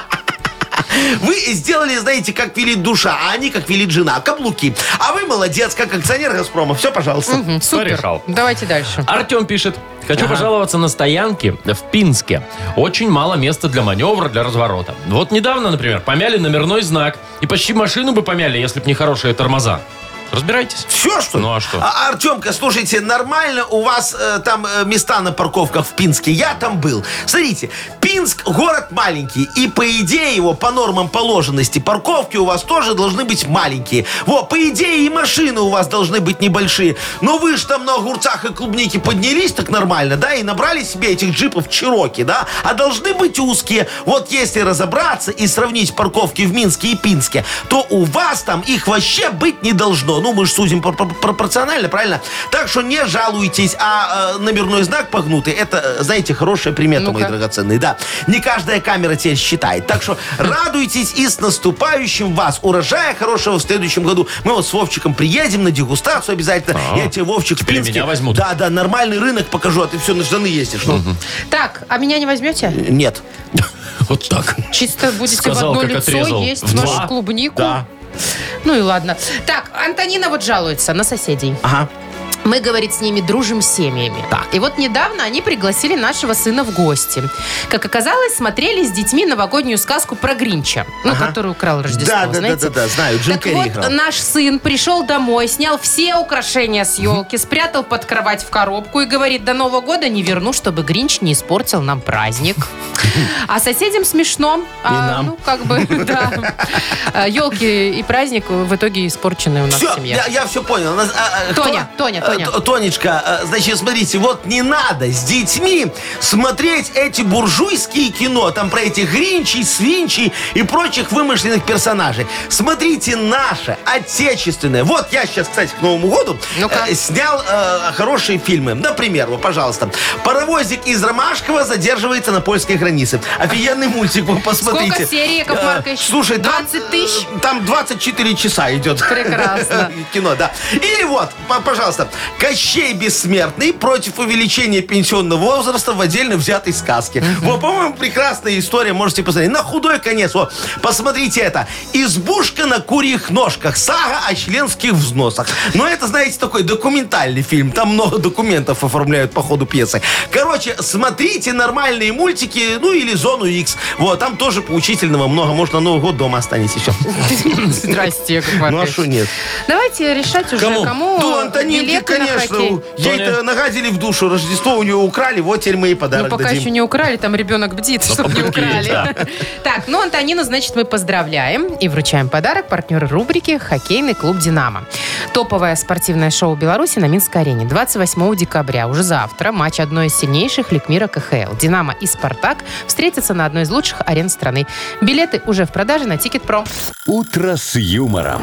S4: Вы сделали, знаете, как велит душа, а они как велит жена. Каблуки. А вы молодец, как акционер Газпрома. Все, пожалуйста.
S3: Мгм, Супер.
S2: Порешал.
S3: Давайте дальше.
S2: Артем пишет. Хочу пожаловаться на стоянке в Пинске. Очень мало места для маневра, для разворота. Вот недавно, например, помяли номерной знак. И почти машину бы помяли, если бы не хорошие тормоза. Разбирайтесь.
S4: Все, что ли?
S2: Ну, а что?
S4: А, Артемка, слушайте, нормально у вас э, там э, места на парковках в Пинске. Я там был. Смотрите, Пинск город маленький. И по идее его, по нормам положенности, парковки у вас тоже должны быть маленькие. Во, по идее и машины у вас должны быть небольшие. Но вы же там на огурцах и клубнике поднялись так нормально, да, и набрали себе этих джипов Чироки, да? А должны быть узкие. Вот если разобраться и сравнить парковки в Минске и Пинске, то у вас там их вообще быть не должно. Ну, мы же судим пр- пр- пропорционально, правильно? Так что не жалуйтесь, а э, номерной знак погнутый, это, э, знаете, хорошая примета, мои
S3: Ну-ка.
S4: драгоценные, да. Не каждая камера теперь считает. Так что радуйтесь и с наступающим вас. Урожая хорошего в следующем году. Мы вот с Вовчиком приедем на дегустацию обязательно. Я тебе, Вовчик, в
S2: Теперь
S4: Пинске...
S2: меня возьмут.
S4: Да, да, нормальный рынок покажу, а ты все на штаны ездишь. Ну,
S3: Так, а меня не возьмете?
S4: Нет.
S2: Вот так.
S3: Чисто будете
S2: Сказал,
S3: в одно
S2: как
S3: лицо
S2: отрезал.
S3: есть
S2: В
S3: вашу
S2: два.
S3: клубнику. Ну и ладно. Так, Антонина вот жалуется на соседей.
S4: Ага.
S3: Мы, говорит, с ними дружим с семьями. И вот недавно они пригласили нашего сына в гости. Как оказалось, смотрели с детьми новогоднюю сказку про Гринча, ну, которую украл Рождество,
S4: Да, да, да,
S3: знаете?
S4: да, да, знаю. Джим
S3: Так
S4: Керри
S3: вот,
S4: играл.
S3: наш сын пришел домой, снял все украшения с елки, спрятал под кровать в коробку и говорит, до Нового года не верну, чтобы Гринч не испортил нам праздник. А соседям смешно. А,
S4: нам.
S3: Ну, как бы, да. Елки и праздник в итоге испорчены у нас в
S4: Все,
S3: семье.
S4: я, все понял. У нас, а, а, кто?
S3: Тоня, Тоня,
S4: Э,
S3: Тоня.
S4: Т- Тонечка, э, значит, смотрите, вот не надо с детьми смотреть эти буржуйские кино, там про этих гринчей, свинчей и прочих вымышленных персонажей. Смотрите наше, отечественное. Вот я сейчас, кстати, к Новому году
S3: Ну-ка.
S4: э, снял э, хорошие фильмы. Например, вот, пожалуйста, «Паровозик из Ромашкова задерживается на польской границе». Офигенный мультик, вы посмотрите.
S3: Сколько серий, Яков
S4: Э,
S3: Маркович?
S4: Слушай, там,
S3: 20 тысяч?
S4: э, Там 24 часа идет.
S3: Прекрасно.
S4: Кино, да. Или вот, п- пожалуйста, Кощей Бессмертный против увеличения пенсионного возраста в отдельно взятой сказке. Вот, по-моему, прекрасная история, можете посмотреть. На худой конец, вот, посмотрите это. Избушка на курьих ножках. Сага о членских взносах. Но это, знаете, такой документальный фильм. Там много документов оформляют по ходу пьесы. Короче, смотрите нормальные мультики, ну или «Зону X. Вот, там тоже поучительного много. Может, на Новый год дома останетесь еще.
S3: Здрасте, Яков
S4: Ну а
S3: Маркович.
S4: что нет?
S3: Давайте решать уже, кому,
S4: Ну, Антонинке,
S3: билеты на
S4: конечно.
S3: хоккей.
S4: у- Ей-то нагадили в душу. Рождество у нее украли, вот теперь мы ей
S3: Ну,
S4: подарок
S3: пока еще
S4: дадим.
S3: не украли, там ребенок бдит, чтобы не
S2: побдит,
S3: украли.
S2: да.
S3: Так, ну, Антонину, значит, мы поздравляем и вручаем подарок партнеру рубрики «Хоккейный клуб «Динамо». Топовое спортивное шоу Беларуси на Минской арене. 28 декабря, уже завтра, матч одной из сильнейших лиг мира КХЛ. «Динамо» и «Спартак» встретятся на одной из лучших арен страны. Билеты уже в продаже на «Тикет.Про».
S1: «Утро с юмором».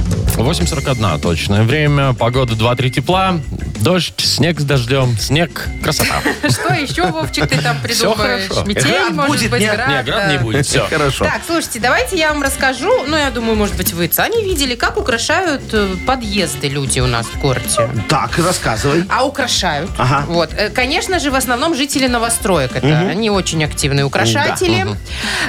S2: 8.41 точное время. Погода 2-3 тепла. Дождь, снег с дождем. Снег. Красота.
S3: Что еще, Вовчик, ты там придумаешь?
S2: хорошо.
S3: Метель,
S4: Град
S3: может
S4: будет,
S3: быть,
S4: нет?
S3: град,
S2: Не,
S3: да.
S2: град не будет. Все.
S4: Хорошо.
S3: Так, слушайте, давайте я вам расскажу. Ну, я думаю, может быть, вы сами видели, как украшают э, подъезды люди у нас в городе.
S4: Так, рассказывай.
S3: А украшают.
S4: Ага.
S3: Вот. Э, Конечно же, в основном жители новостроек. Это они очень активные украшатели.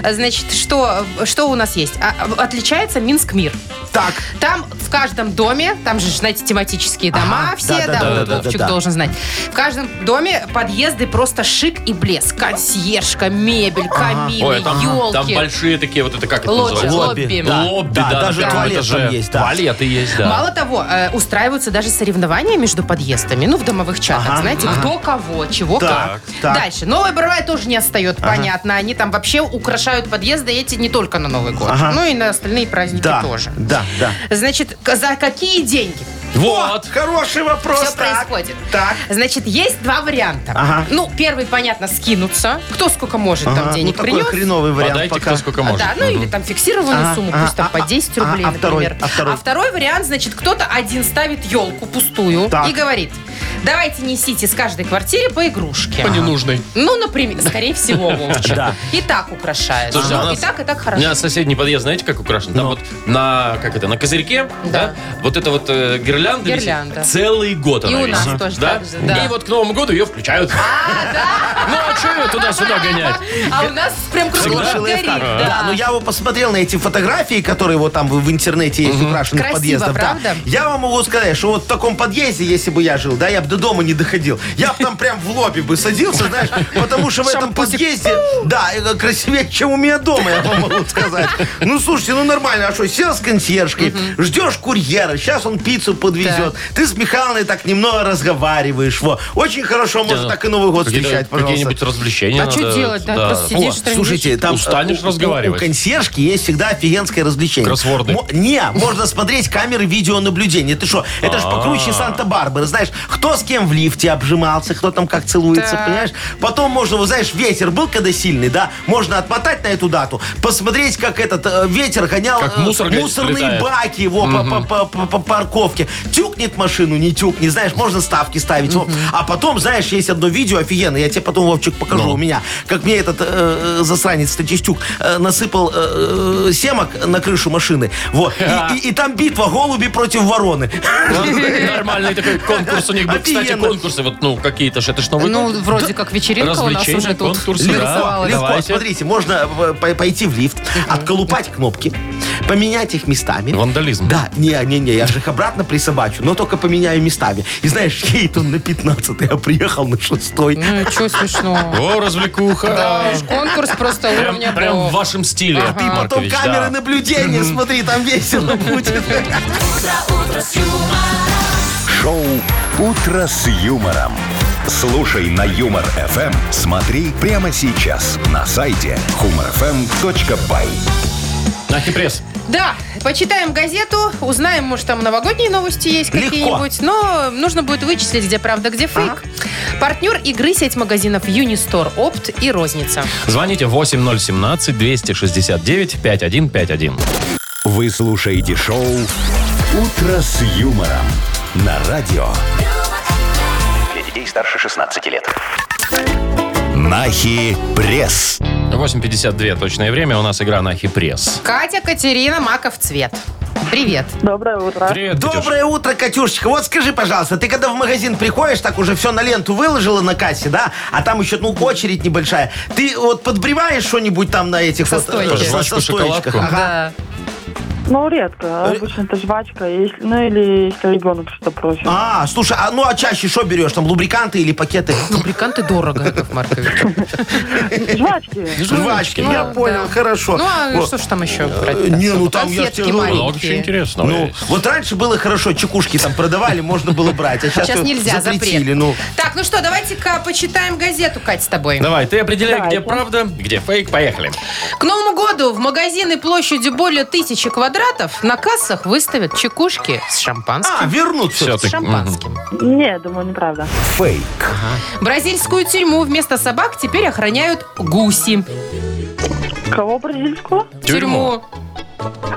S3: Э, Значит, что, что у нас есть? А, а, Отличается Минск-Мир.
S4: Так,
S3: Там в каждом доме, там же, знаете, тематические дома
S4: Ага,
S3: все, да,
S4: да-да-да,
S3: вот
S4: да-да-да.
S3: Вовчик должен знать. В каждом доме подъезды просто шик и блеск. Консьержка, мебель, камины,
S2: Ой, а там, там
S3: елки.
S2: большие такие, вот это как это
S3: Лоджи,
S2: называется?
S3: лоджи. Лобби.
S2: Да, Лобби,
S4: Да,
S2: да.
S4: даже
S2: на первом
S4: туалет
S2: этаже.
S4: там есть, да.
S2: Туалеты есть, да.
S3: Мало того, э, устраиваются даже соревнования между подъездами, ну, в домовых чатах,
S4: Ага,
S3: знаете, кто кого, чего
S4: Так,
S3: как.
S4: так.
S3: Дальше. Новая Боровая тоже не отстает, понятно. Они там вообще украшают подъезды эти не только на Новый год,
S4: Ага.
S3: ну и на остальные праздники
S4: да,
S3: тоже.
S4: да, да.
S3: Значит, к- за какие деньги
S2: Вот.
S4: Хороший вопрос.
S3: все
S4: так.
S3: происходит?
S4: Так.
S3: Значит, есть два варианта.
S4: Ага.
S3: Ну, первый, понятно, скинуться. Кто сколько может
S4: Ага,
S3: там денег
S4: ну, такой
S3: принес.
S4: хреновый вариант
S2: Подайте
S4: пока.
S2: кто сколько может.
S3: Да, ну или там фиксированную
S4: Ага,
S3: сумму,
S4: ага,
S3: пусть там по
S4: э, а,
S3: 10
S4: а, а
S3: рублей,
S4: второй,
S3: например.
S4: а второй?
S3: вариант, значит, кто-то один ставит елку пустую
S4: Так.
S3: и говорит, давайте несите с каждой квартиры по игрушке.
S2: По ненужной.
S3: Ну, например, скорее всего, Вовчик.
S4: Да.
S3: И так украшает.
S2: Слушай, а у
S3: Ну, и
S2: нас-
S3: так, и так
S2: У меня
S3: хорошо.
S2: соседний подъезд, знаете, как украшен?
S4: Ну.
S2: Там вот на, как это, на козырьке, да,
S3: Да.
S2: вот это вот э, гирлянда, висит.
S3: Гирлянда.
S2: целый год она
S3: у
S2: висит,
S3: нас тоже
S2: да?
S3: так же, да.
S2: И вот к Новому году ее включают. Ну, а что ее туда-сюда гонять?
S3: А у нас прям круглый
S4: Всегда?
S3: горит.
S4: Да. но я вот посмотрел на эти фотографии, которые вот там в интернете есть украшенных
S3: Красиво,
S4: подъездов. да.
S3: правда?
S4: Я вам могу сказать, что вот в таком подъезде, если бы я жил, да, я бы до дома не доходил. Я бы там прям в лобби бы садился, знаешь, потому что в этом подъезде, да, э, красивее, чем у меня дома, я вам могу сказать. Ну, слушайте, ну нормально, а что, сел с консьержкой, ждешь курьера, сейчас он пиццу подвезет, ты с Михайловной так немного разговариваешь, во. Очень хорошо, можно
S2: Да.
S4: так и Новый год
S2: Какие-то-
S4: встречать, пожалуйста.
S2: Какие-нибудь развлечения
S3: А что
S2: надо,
S3: делать? Да,
S2: да.
S3: просто
S4: О,
S3: сидишь, что-нибудь
S4: слушайте, там
S2: Устанешь
S4: э, у-
S2: разговаривать.
S4: У, консьержки есть всегда офигенское развлечение.
S2: Кроссворды.
S4: Мо- не, можно смотреть камеры видеонаблюдения. Ты что? Это
S2: А.
S4: ж покруче Санта-Барбары. Знаешь, кто с кем в лифте обжимался, кто там как целуется,
S3: Так.
S4: понимаешь? Потом можно, вот знаешь, ветер был когда сильный, да? Можно отмотать на эту дату, посмотреть, как этот э, ветер гонял
S2: Как
S4: э,
S2: мусор, говорит,
S4: мусорные
S2: летает.
S4: баки его по- по, по- по парковке. Тюкнет машину, не тюкнет, знаешь, можно ставки ставить. Во. А потом, знаешь, есть одно видео офигенное, я тебе потом, Вовчик, покажу покажу.
S2: Ну.
S4: У меня, как мне этот э, э, засранец Статистюк э, насыпал э, э, семок на крышу машины. Вот. И, и- и там битва голуби против вороны.
S2: Нормальный такой конкурс у них был. Кстати,
S4: Офигенно.
S2: конкурсы, вот, ну, какие-то ж, это ж Новый
S3: Ну,
S2: год.
S3: вроде как вечеринка у нас
S2: Развлечения,
S3: уже тут
S2: конкурсы, да.
S4: Легко,
S2: Давай,
S3: нарисовалась.
S4: легко.
S2: давайте.
S4: Смотрите, можно э, пой- пойти в лифт, отколупать кнопки, поменять их местами.
S2: Вандализм.
S4: Да, не-не-не, я же их обратно присобачу, но только поменяю местами. И знаешь, едет он на 15 а приехал на 6
S3: Ну, что смешного.
S2: О, развлекуха.
S3: Да уж, конкурс просто
S2: Прям,
S3: уровня
S2: прям в
S3: бог.
S2: вашем стиле,
S3: Ага.
S2: Яков
S4: А Потом
S2: Маркович, да.
S4: камеры наблюдения, смотри, там весело будет.
S1: Шоу «Утро с юмором». Слушай на Юмор ФМ. Смотри прямо сейчас на сайте humorfm.by.
S2: Ахипресс.
S3: Да, почитаем газету, узнаем, может, там новогодние новости есть
S4: Легко.
S3: какие-нибудь. Но нужно будет вычислить, где правда, где фейк. Партнер игры сеть магазинов Юнистор, Опт и Розница.
S2: Звоните 8017-269-5151.
S1: Вы слушаете шоу «Утро с юмором» на радио.
S5: Для детей старше 16 лет.
S1: Нахи пресс.
S2: 8.52 точное время. У нас игра на хипресс.
S3: Катя Катерина Маков Цвет. Привет.
S7: Доброе утро.
S2: Привет, Катюш.
S4: Доброе утро, Катюшечка. Вот скажи, пожалуйста, ты когда в магазин приходишь, так уже все на ленту выложила на кассе, да? А там еще, ну, очередь небольшая. Ты вот подбреваешь что-нибудь там на этих
S3: Со
S4: вот, э,
S3: стойки.
S2: Жвачку, шоколадку?
S4: Ага.
S3: Да.
S8: Ну, редко. Обычно-то жвачка, если, ну или если ребенок что-то просит.
S4: А, слушай, а ну а чаще что берешь? Там лубриканты или пакеты?
S3: Лубриканты дорого, Яков Маркович.
S8: Жвачки.
S4: Жвачки,
S3: Ну,
S4: я
S3: да.
S4: понял, хорошо.
S3: Ну, а
S4: Вот.
S3: что ж там еще брать?
S4: Э, не, ну, там я
S3: Конфетки
S4: тебе говорю,
S2: Много чего
S3: маленькие.
S2: интересного.
S4: Ну,
S2: есть.
S4: вот раньше было хорошо, чекушки там продавали, можно было брать, а сейчас,
S3: Сейчас
S4: вот
S3: нельзя,
S4: запретили.
S3: запрет.
S4: Ну,
S3: Так, ну что, давайте-ка почитаем газету, Кать, с тобой.
S2: Давай, ты определяй, где правда, где фейк. Поехали.
S3: К Новому году в магазины площадью более тысячи квадратов на кассах выставят чекушки с шампанским.
S4: а, вернут все.
S3: С шампанским.
S8: Не, думаю, неправда.
S1: Фейк.
S3: Бразильскую тюрьму вместо собак теперь охраняют гуси.
S8: Кого бразильского?
S2: Тюрьму.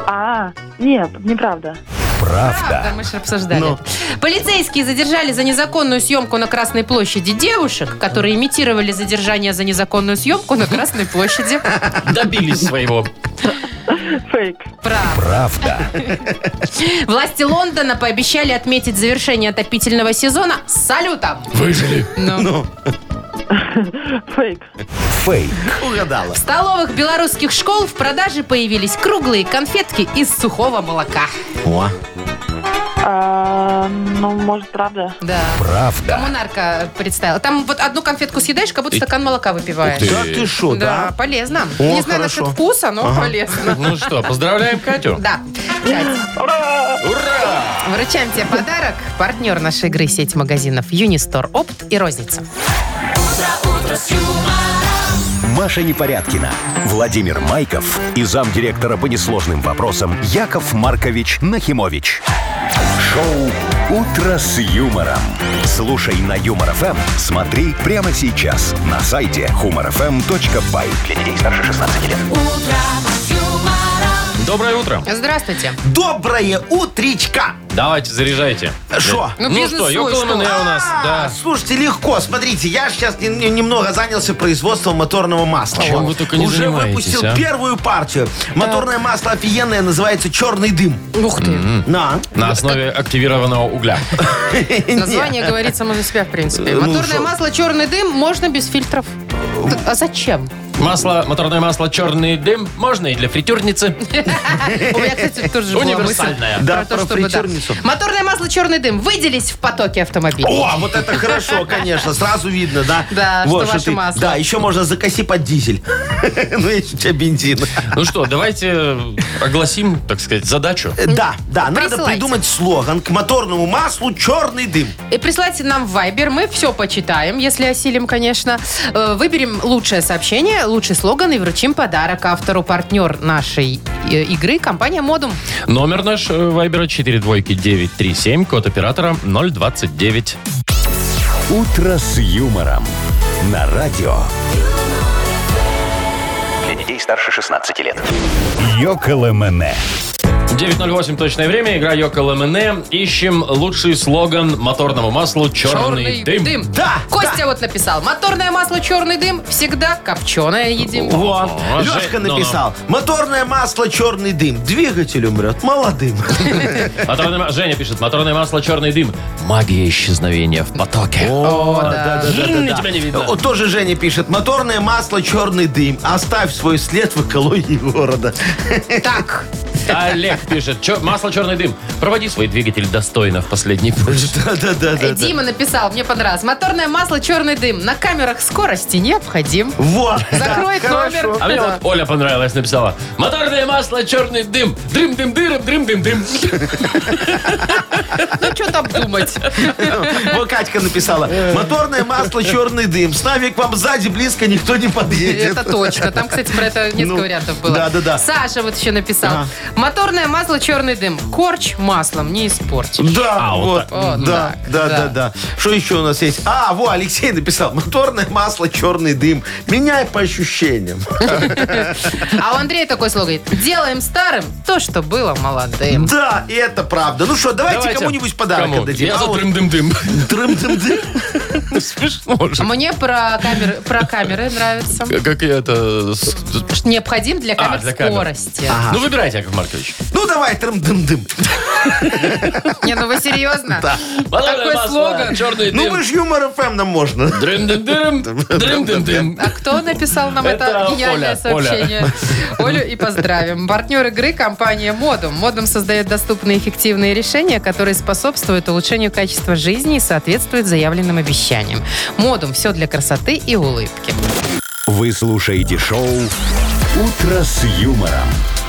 S8: А, нет, неправда.
S3: Правда, мы же обсуждали. Полицейские задержали за незаконную съемку на Красной площади девушек, которые имитировали задержание за незаконную съемку на Красной площади.
S2: Добились своего.
S8: Фейк.
S3: Правда.
S1: Правда.
S3: Власти Лондона пообещали отметить завершение отопительного сезона салютом.
S2: Выжили.
S3: Ну.
S8: Фейк.
S1: Фейк.
S4: Угадала.
S3: В столовых белорусских школ в продаже появились круглые конфетки из сухого молока.
S4: О,
S8: А, ну, может, правда.
S3: Да.
S1: Правда.
S3: Коммунарка представила. Там вот одну конфетку съедаешь, как будто стакан молока выпиваешь.
S2: Ух
S4: да ты шо,
S3: Да,
S4: да?
S3: полезно.
S4: О,
S3: Не знаю
S4: хорошо.
S3: насчет вкуса, но полезно.
S2: Ну что, поздравляем Катю.
S3: Да. Кать,
S2: Ура!
S3: вручаем тебе подарок. Партнер нашей игры сеть магазинов Юнистор Опт и Розница.
S1: Маша Непорядкина, Владимир Майков и замдиректора по несложным вопросам Яков Маркович Нахимович. Шоу «Утро с юмором». Слушай на Юмор ФМ, смотри прямо сейчас на сайте humorfm.by. Для детей старше 16 лет.
S2: Доброе утро.
S3: Здравствуйте.
S4: Доброе утречка.
S2: Давайте, заряжайте.
S4: Шо?
S3: Ну,
S2: Ну
S3: бизнес
S2: что,
S3: свой,
S2: Йоколэ
S3: что?
S2: Мэнэ у нас,
S4: А,
S2: да.
S4: Слушайте, легко. Смотрите, я сейчас немного занялся производством моторного масла.
S2: Чем
S4: Вот.
S2: вы только не
S4: Уже
S2: занимаетесь,
S4: выпустил
S2: а?
S4: первую партию. Моторное масло офигенное, называется черный дым.
S3: Ух ты.
S4: На.
S2: На основе активированного угля.
S3: Название говорит само за себя, в принципе.
S4: Э, ну, Э,
S3: Моторное
S4: шо?
S3: масло, черный дым, можно без фильтров. А зачем?
S2: Масло, моторное масло, черный дым. Можно и для фритюрницы.
S3: У меня, кстати, тоже была
S2: Универсальная.
S3: мысль
S4: Да, про
S3: чтобы, да.
S4: фритюрницу.
S3: Моторное масло «Черный дым» выделись в потоке автомобилей.
S4: О, вот это хорошо, конечно, сразу видно, да?
S3: Да,
S4: Вот,
S3: что ваше
S4: ты-
S3: масло.
S4: Да, еще можно закоси под дизель. Ну, если у тебя бензин.
S2: Ну что, давайте э, огласим, так сказать, задачу.
S4: Э, Да, да, надо
S3: Присылайте.
S4: придумать слоган к моторному маслу «Черный дым».
S3: И присылайте нам в Вайбер, мы все почитаем, если осилим, конечно. Э, Выберем лучшее сообщение, лучший слоган и вручим подарок автору. Партнер нашей э, игры – компания «Модум».
S2: Номер наш э, вайбера 42937, код оператора 029.
S1: «Утро с юмором» на радио
S5: Для детей старше 16 лет.
S1: «Йоколэ Мэне».
S2: 9.08 точное время, игра Йоко Ламене. Ищем лучший слоган моторному маслу «Черный, дым».
S4: Да,
S3: Костя вот написал. Моторное масло «Черный дым» всегда копченое едим.
S2: Во. А,
S4: Лешка
S2: Жень, ну-ну.
S4: написал. Моторное масло «Черный дым». Двигатель умрет молодым.
S2: Моторное ма- А Женя пишет, моторное масло «Черный дым». Магия исчезновения в потоке.
S4: О, да, да, да, да, да.
S2: Тебя не видно.
S4: О, Тоже Женя пишет. Моторное масло «Черный дым». Оставь свой след в экологии города.
S3: Так,
S2: Олег пишет, «Чё- масло «Черный дым». Проводи свой двигатель достойно в последний путь.
S4: Да, да, да, да, да.
S3: Э, Дима написал, мне понравилось. Моторное масло «Черный дым» на камерах скорости необходим.
S4: Вот.
S3: Закроет
S4: да,
S3: номер.
S4: хорошо.
S2: А мне
S3: Да.
S2: вот Оля понравилась, написала. Моторное масло, черный дым. Дрым, дым, дырым, дрым, дым, дым.
S3: Ну, что там думать?
S4: Вот Катька написала. Моторное масло «Черный дым». С нами к вам сзади близко никто не подъедет.
S3: Это точно. Там, кстати, про это несколько
S4: Ну,
S3: вариантов было.
S4: да-да-да.
S3: Саша вот еще написал.
S4: Ага.
S3: Моторное масло «Черный дым». Корч маслом не испортишь.
S4: Да,
S2: А, вот
S4: вот,
S3: Вот
S4: да,
S3: так,
S4: да,
S3: да.
S4: да, да. Что еще у нас есть? А, во, Алексей написал, моторное масло, черный дым. Меняй по ощущениям.
S3: А у Андрея такой слоган. Делаем старым то, что было молодым.
S4: Да, и это правда. Ну что, давайте, кому-нибудь подарок
S2: Кому?
S4: отдадим.
S2: Я
S4: А
S2: за
S4: вот-
S2: трым-дым-дым.
S4: Трым-дым-дым.
S2: Ну, Смешно же.
S3: Мне про камеры, про камеры нравится.
S2: Как это... с-
S3: Что необходим для камер
S2: А, для камер.
S3: скорости.
S4: А.
S2: Ну, выбирайте, Яков Маркович.
S4: Ну давай, трым-дым-дым.
S3: Не, ну вы серьезно?
S2: Банальное масло,
S3: слоган.
S2: Черный
S4: Ну мы
S2: дым.
S4: ж юмор ФМ нам можно.
S2: Дрым-дым-дым. Дрым-дым-дым.
S3: А кто написал нам это,
S2: Это
S3: гениальное
S2: Оля,
S3: сообщение? Олю и поздравим. Партнер игры – компания «Модум». «Модум» создает доступные и эффективные решения, которые способствуют улучшению качества жизни и соответствуют заявленным обещаниям. «Модум» – все для красоты и улыбки.
S1: Вы слушаете шоу «Утро с юмором»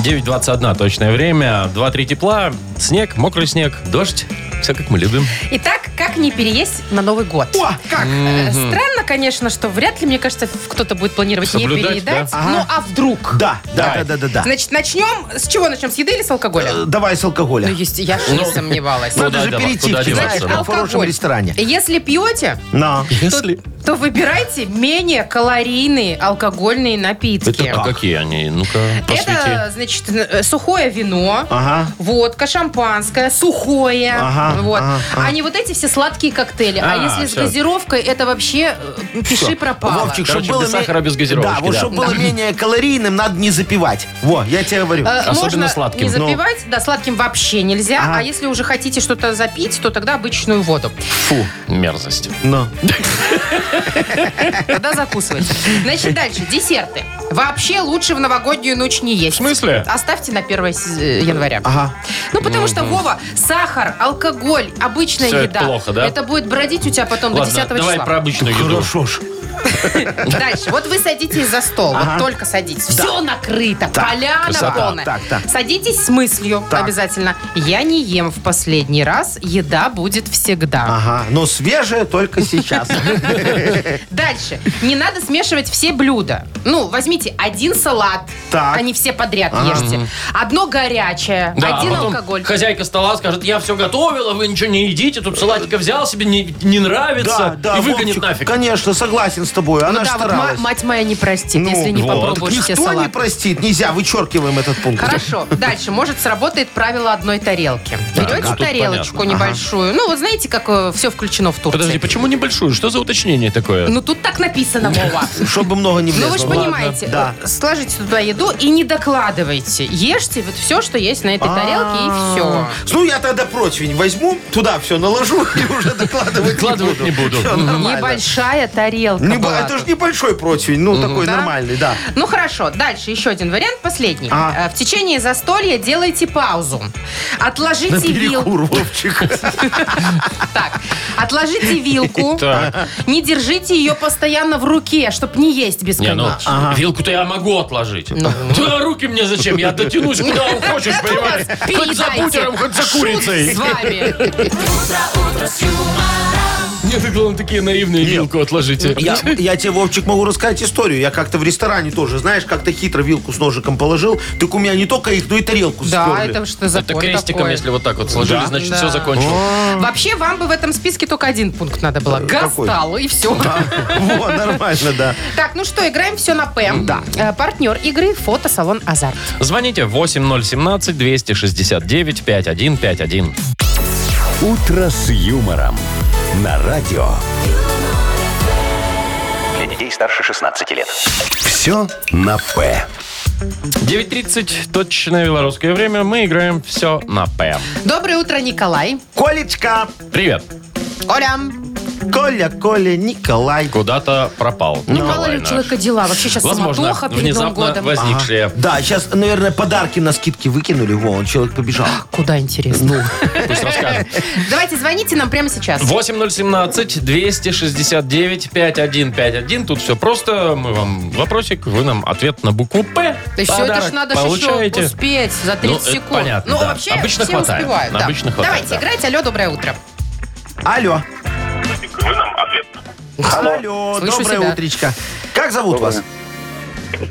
S2: 9.21 точное время. 2-3 тепла. Снег, мокрый снег, дождь. Все как мы любим.
S3: Итак, как не переесть на Новый год?
S4: О, как?
S3: Э, Странно, конечно, что вряд ли, мне кажется, ф- кто-то будет планировать не
S2: Соблюдать,
S3: переедать.
S4: да? Ага.
S3: Ну, а вдруг?
S4: Да, да, да,
S2: Давай.
S4: да, да, да.
S3: Значит, начнем... С чего начнем? С еды или с алкоголя?
S4: Э, Давай с
S3: Ну,
S4: алкоголя.
S3: есть, я ж не
S2: Ну,
S3: сомневалась.
S2: ну,
S4: Надо
S2: Куда
S4: же
S2: дева-
S4: перейти
S2: куда деваться,
S4: в
S2: да.
S4: хорошем
S3: Алкоголь.
S4: ресторане.
S3: Если пьете,
S4: На.
S2: Если...
S3: то выбирайте менее калорийные алкогольные напитки.
S2: Это а какие они? Ну-ка,
S3: Это,
S2: просвети.
S3: значит, э, сухое вино,
S4: Ага.
S3: водка, шампанское, сухое.
S4: Ага,
S3: вот.
S4: ага, ага.
S3: А не вот эти все сладкие коктейли. А,
S2: А,
S3: если с
S2: всё.
S3: газировкой, это вообще э, пиши пропало.
S4: Вовчик,
S2: Короче,
S4: чтобы было
S2: без
S4: ме-
S2: сахара, без газировки,
S4: Да, вот
S2: да.
S4: чтобы было менее калорийным, надо не запивать. Во, я тебе говорю.
S3: Э,
S2: Особенно
S3: можно
S2: сладким.
S3: не
S2: Ну.
S3: запивать, да, сладким вообще нельзя.
S4: Ага.
S3: А если уже хотите что-то запить, то тогда обычную воду.
S4: Фу.
S2: Мерзость.
S3: ну-
S4: Но.
S3: Тогда закусывайте. Значит, дальше. Десерты. Вообще лучше в новогоднюю ночь не есть.
S2: В смысле? А,
S3: Оставьте на 1 с- э, января.
S4: Ага.
S3: Ну, потому что, Вова, сахар, алкоголь, обычная
S2: Всё это
S3: еда.
S2: плохо, да?
S3: Это будет бродить у тебя потом до 10
S2: Ладно, давай
S3: числа.
S2: про обычную еду.
S4: Хорошо ж.
S3: Дальше. Вот вы садитесь за стол. Вот
S4: Ага.
S3: только садитесь. Все накрыто. Поляна
S2: Красота.
S3: полная.
S4: Так, так.
S3: Садитесь с мыслью
S4: Так.
S3: обязательно. Я не ем в последний раз. Еда будет всегда.
S4: Ага. Но свежее только сейчас.
S3: Дальше. Не надо смешивать все блюда. Ну, возьмите один салат,
S4: Так.
S3: а не все подряд ешьте. Одно горячее,
S2: Да,
S3: один
S2: а потом
S3: алкоголь.
S2: Хозяйка стола скажет, я все готовила, вы ничего не едите, тут салатика взял себе, не, не нравится, и выгонит
S4: Вовчик,
S2: нафиг.
S4: Конечно, согласен с тобой.
S3: Ну
S4: Она ж
S3: да, вот ма-
S4: старалась.
S3: мать моя не простит,
S4: Ну,
S3: если не
S2: вот.
S3: попробуешь все
S4: Никто не
S3: салаты.
S4: простит. Нельзя, вычеркиваем этот пункт.
S3: Хорошо. Дальше. Может, сработает правило одной тарелки. Берете
S2: ну, тут
S3: тарелочку
S2: понятно.
S3: небольшую. Ну, вот знаете, как все включено в Турции?
S2: Подожди, почему небольшую? Что за уточнение такое?
S3: Ну, тут так написано, Вова.
S4: Чтобы много не
S3: Ну,
S4: влезло.
S3: вы же
S4: Ладно.
S3: понимаете,
S4: Да.
S3: э, сложите туда еду и не докладывайте. Ешьте вот все, что есть на этой
S4: А.
S3: тарелке, и все.
S4: Ну, я тогда противень возьму, туда все наложу и уже докладывать
S2: Выкладывать не буду.
S4: Всё, нормально.
S3: Небольшая тарелка
S4: Не бо-
S3: была
S4: Это
S3: тут.
S4: же небольшой противень, ну, такой
S3: Да?
S4: нормальный, да.
S3: Ну хорошо, дальше еще один вариант, последний.
S4: А.
S3: Э, В течение застолья делайте паузу.
S4: На
S3: Отложите вилку.
S4: перекур, Вовчик.
S3: Так, отложите вилку.
S2: Так.
S3: Не держите ее постоянно в руке, чтобы не есть
S2: Не, ну,
S3: бесконечно.
S2: вилку-то я могу отложить.
S3: Ну,
S2: Да руки мне зачем? Я дотянусь куда хочешь,
S3: Это
S2: понимаешь?
S3: вас
S2: Хоть за
S3: переедайте.
S2: бутером, хоть за
S3: Шут
S2: курицей.
S3: С вами.
S2: Нет, вы, главное, такие наивные вилку отложите.
S4: Я, я тебе, Вовчик, могу рассказать историю. Я как-то в ресторане тоже, знаешь, как-то хитро вилку с ножиком положил. Так у меня не только их, но и тарелку
S3: Да,
S4: сперли.
S3: это что за
S2: Это
S3: пор
S2: крестиком,
S3: такой?
S2: если вот так вот сложили,
S4: Да.
S2: значит,
S3: Да.
S2: все закончилось.
S3: Вообще, вам бы в этом списке только один пункт надо было. Газ
S4: Какой?
S3: стал, и все.
S4: Во, А, нормально, да.
S3: Так, ну что, играем все на П.
S4: Да.
S3: Э, Партнер игры фотосалон Азарт.
S2: Звоните 8017-269-5151.
S1: «Утро с юмором» на радио.
S5: Для детей старше 16 лет.
S1: Все на «П».
S2: 9.30, точное белорусское время. Мы играем все на П.
S3: Доброе утро, Николай.
S4: Колечка,
S2: Привет.
S3: Оля.
S4: Коля, Коля, Николай.
S2: Куда-то пропал.
S3: Ну,
S2: Николай
S3: мало ли у
S2: наш.
S3: человека дела. Вообще сейчас
S2: Возможно,
S3: суматоха перед Новым
S2: внезапно
S3: годом.
S2: возникшие.
S4: Да, сейчас, наверное, подарки на скидки выкинули. Во, он человек побежал.
S3: А Куда интересно.
S2: Ну. Пусть расскажет.
S3: Давайте звоните нам прямо сейчас.
S2: 8017-269-5151. Тут все просто. Мы вам вопросик, вы нам ответ на букву П.
S3: Да еще это ж
S2: Подарок
S3: надо ж
S2: получаете.
S3: еще успеть за 30
S2: Ну, это
S3: секунд.
S2: понятно,
S3: ну,
S2: да.
S3: вообще
S2: Обычно
S3: все
S2: хватает.
S3: успевают. да.
S2: Обычно хватает,
S3: Давайте
S2: да.
S3: играть. Алло, доброе утро.
S4: Алло.
S3: Алло.
S4: Алло,
S3: Слышу
S4: доброе
S3: себя.
S4: утречко. Как зовут вас?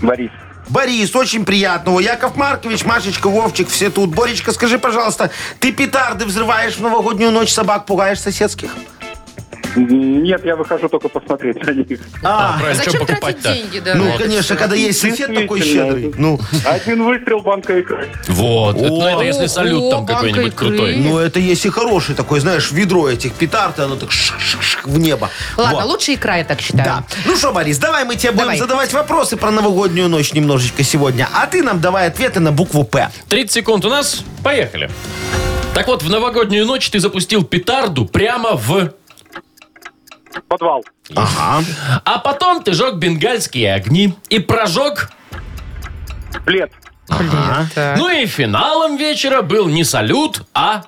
S6: Борис.
S4: Борис, очень приятного. Яков Маркович, Машечка, Вовчик, все тут. Боречка, скажи, пожалуйста, ты петарды взрываешь в новогоднюю ночь, собак пугаешь соседских?
S6: Нет, я выхожу только посмотреть на них.
S2: А, правильно, что
S3: Зачем тратить
S2: покупать-то?
S3: деньги, да?
S4: ну,
S3: на это
S4: конечно,
S3: всё?
S4: когда есть сосед такой
S6: Действительно,
S4: щедрый.
S6: это-
S4: Ну,
S6: Один выстрел, банка икры.
S2: Вот. это, ну, это если салют
S3: О,
S2: там какой-нибудь
S3: банка икры.
S2: крутой.
S4: ну, это есть и хороший такой, знаешь, ведро этих петард, и оно так шик-шик-шик в небо.
S3: Ладно,
S4: Вот.
S3: лучше икра, я так считаю.
S4: Да. Ну что, Борис, давай мы тебе будем
S3: Давай.
S4: задавать вопросы про новогоднюю ночь немножечко сегодня. А ты нам давай ответы на букву «П».
S2: 30 секунд у нас. Поехали. Так вот, в новогоднюю ночь ты запустил петарду прямо в...
S6: Подвал.
S4: Ага.
S2: А потом ты жег бенгальские огни и прожег...
S6: Плед.
S3: Блин, так.
S2: Ну и финалом вечера был не салют, а...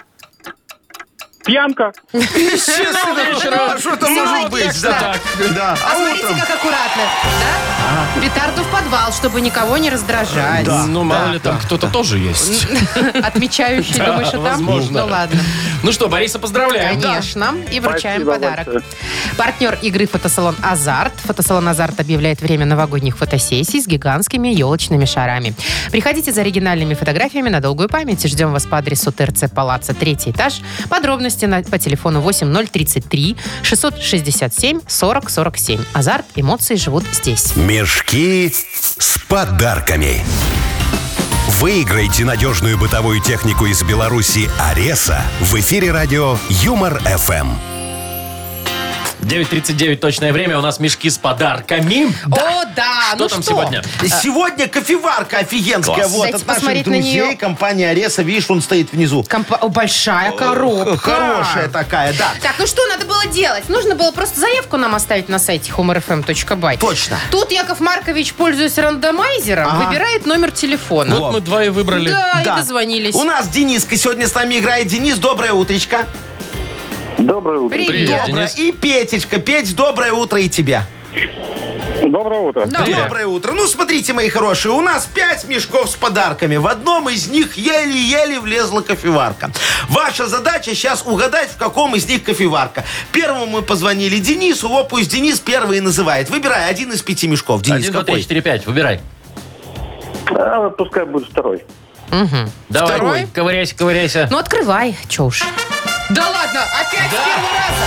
S6: Пьянка.
S4: Естественно,
S2: вечера.
S4: а что это
S3: Ну,
S4: может
S3: вот
S4: быть?
S3: как-то
S4: Да. Да.
S3: А
S4: А
S3: смотрите,
S4: утром?
S3: как аккуратно, да? Петарду в подвал, чтобы никого не раздражать.
S2: ну, мало ли, там кто-то тоже есть.
S3: Отмечающий,
S2: Да,
S3: думаешь, и там?
S2: возможно.
S3: Ну ладно.
S2: Ну что, Бориса, поздравляем.
S3: Конечно. И вручаем
S6: Спасибо
S3: подарок.
S6: большое.
S3: Партнер игры «Фотосалон Азарт». «Фотосалон Азарт» объявляет время новогодних фотосессий с гигантскими елочными шарами. Приходите за оригинальными фотографиями на долгую память. Ждем вас по адресу ТРЦ Палаца, третий этаж. Подробности на- по телефону 8033 667 40 47. Азарт, эмоции живут здесь.
S1: Мешки с подарками. Выиграйте надежную бытовую технику из Беларуси «Ареса» в эфире радио «Юмор-ФМ».
S2: 9.39 точное время. У нас мешки с подарками.
S3: О, да!
S2: Что
S3: ну
S2: там
S3: что?
S2: сегодня?
S4: Сегодня кофеварка офигенская.
S2: А. Класс.
S4: Вот,
S3: Кстати,
S4: от наших
S3: посмотреть на
S4: друзей,
S3: нее.
S4: компания Ареса. Видишь, он стоит внизу.
S3: Компа- о, большая коробка.
S4: Хорошая такая, да.
S3: Так, ну что надо было делать? Нужно было просто заявку нам оставить на сайте humorfm.by.
S4: Точно.
S3: Тут Яков Маркович, пользуясь рандомайзером,
S4: Ага.
S3: выбирает номер телефона.
S2: Вот мы два и выбрали.
S3: Да,
S4: Да.
S3: и дозвонились.
S4: У нас Дениска сегодня с нами играет. Денис, доброе утречко.
S6: Доброе утро.
S2: Привет,
S4: Доброе.
S2: Денис.
S4: И Петечка. Петь, доброе утро и тебе.
S6: Доброе утро.
S2: Привет.
S4: Доброе утро. Ну, смотрите, мои хорошие, у нас пять мешков с подарками. В одном из них еле-еле влезла кофеварка. Ваша задача сейчас угадать, в каком из них кофеварка. Первому мы позвонили Денису, вот пусть Денис первый и называет. Выбирай один из пяти мешков. Денис,
S2: 1, 2, 3,
S4: какой?
S2: 4, 5. Выбирай.
S6: А, вот пускай будет второй.
S2: Давай.
S3: Второй?
S2: Ковыряйся, ковыряйся.
S3: Ну открывай, чё уж. Да ладно, опять с первого раза.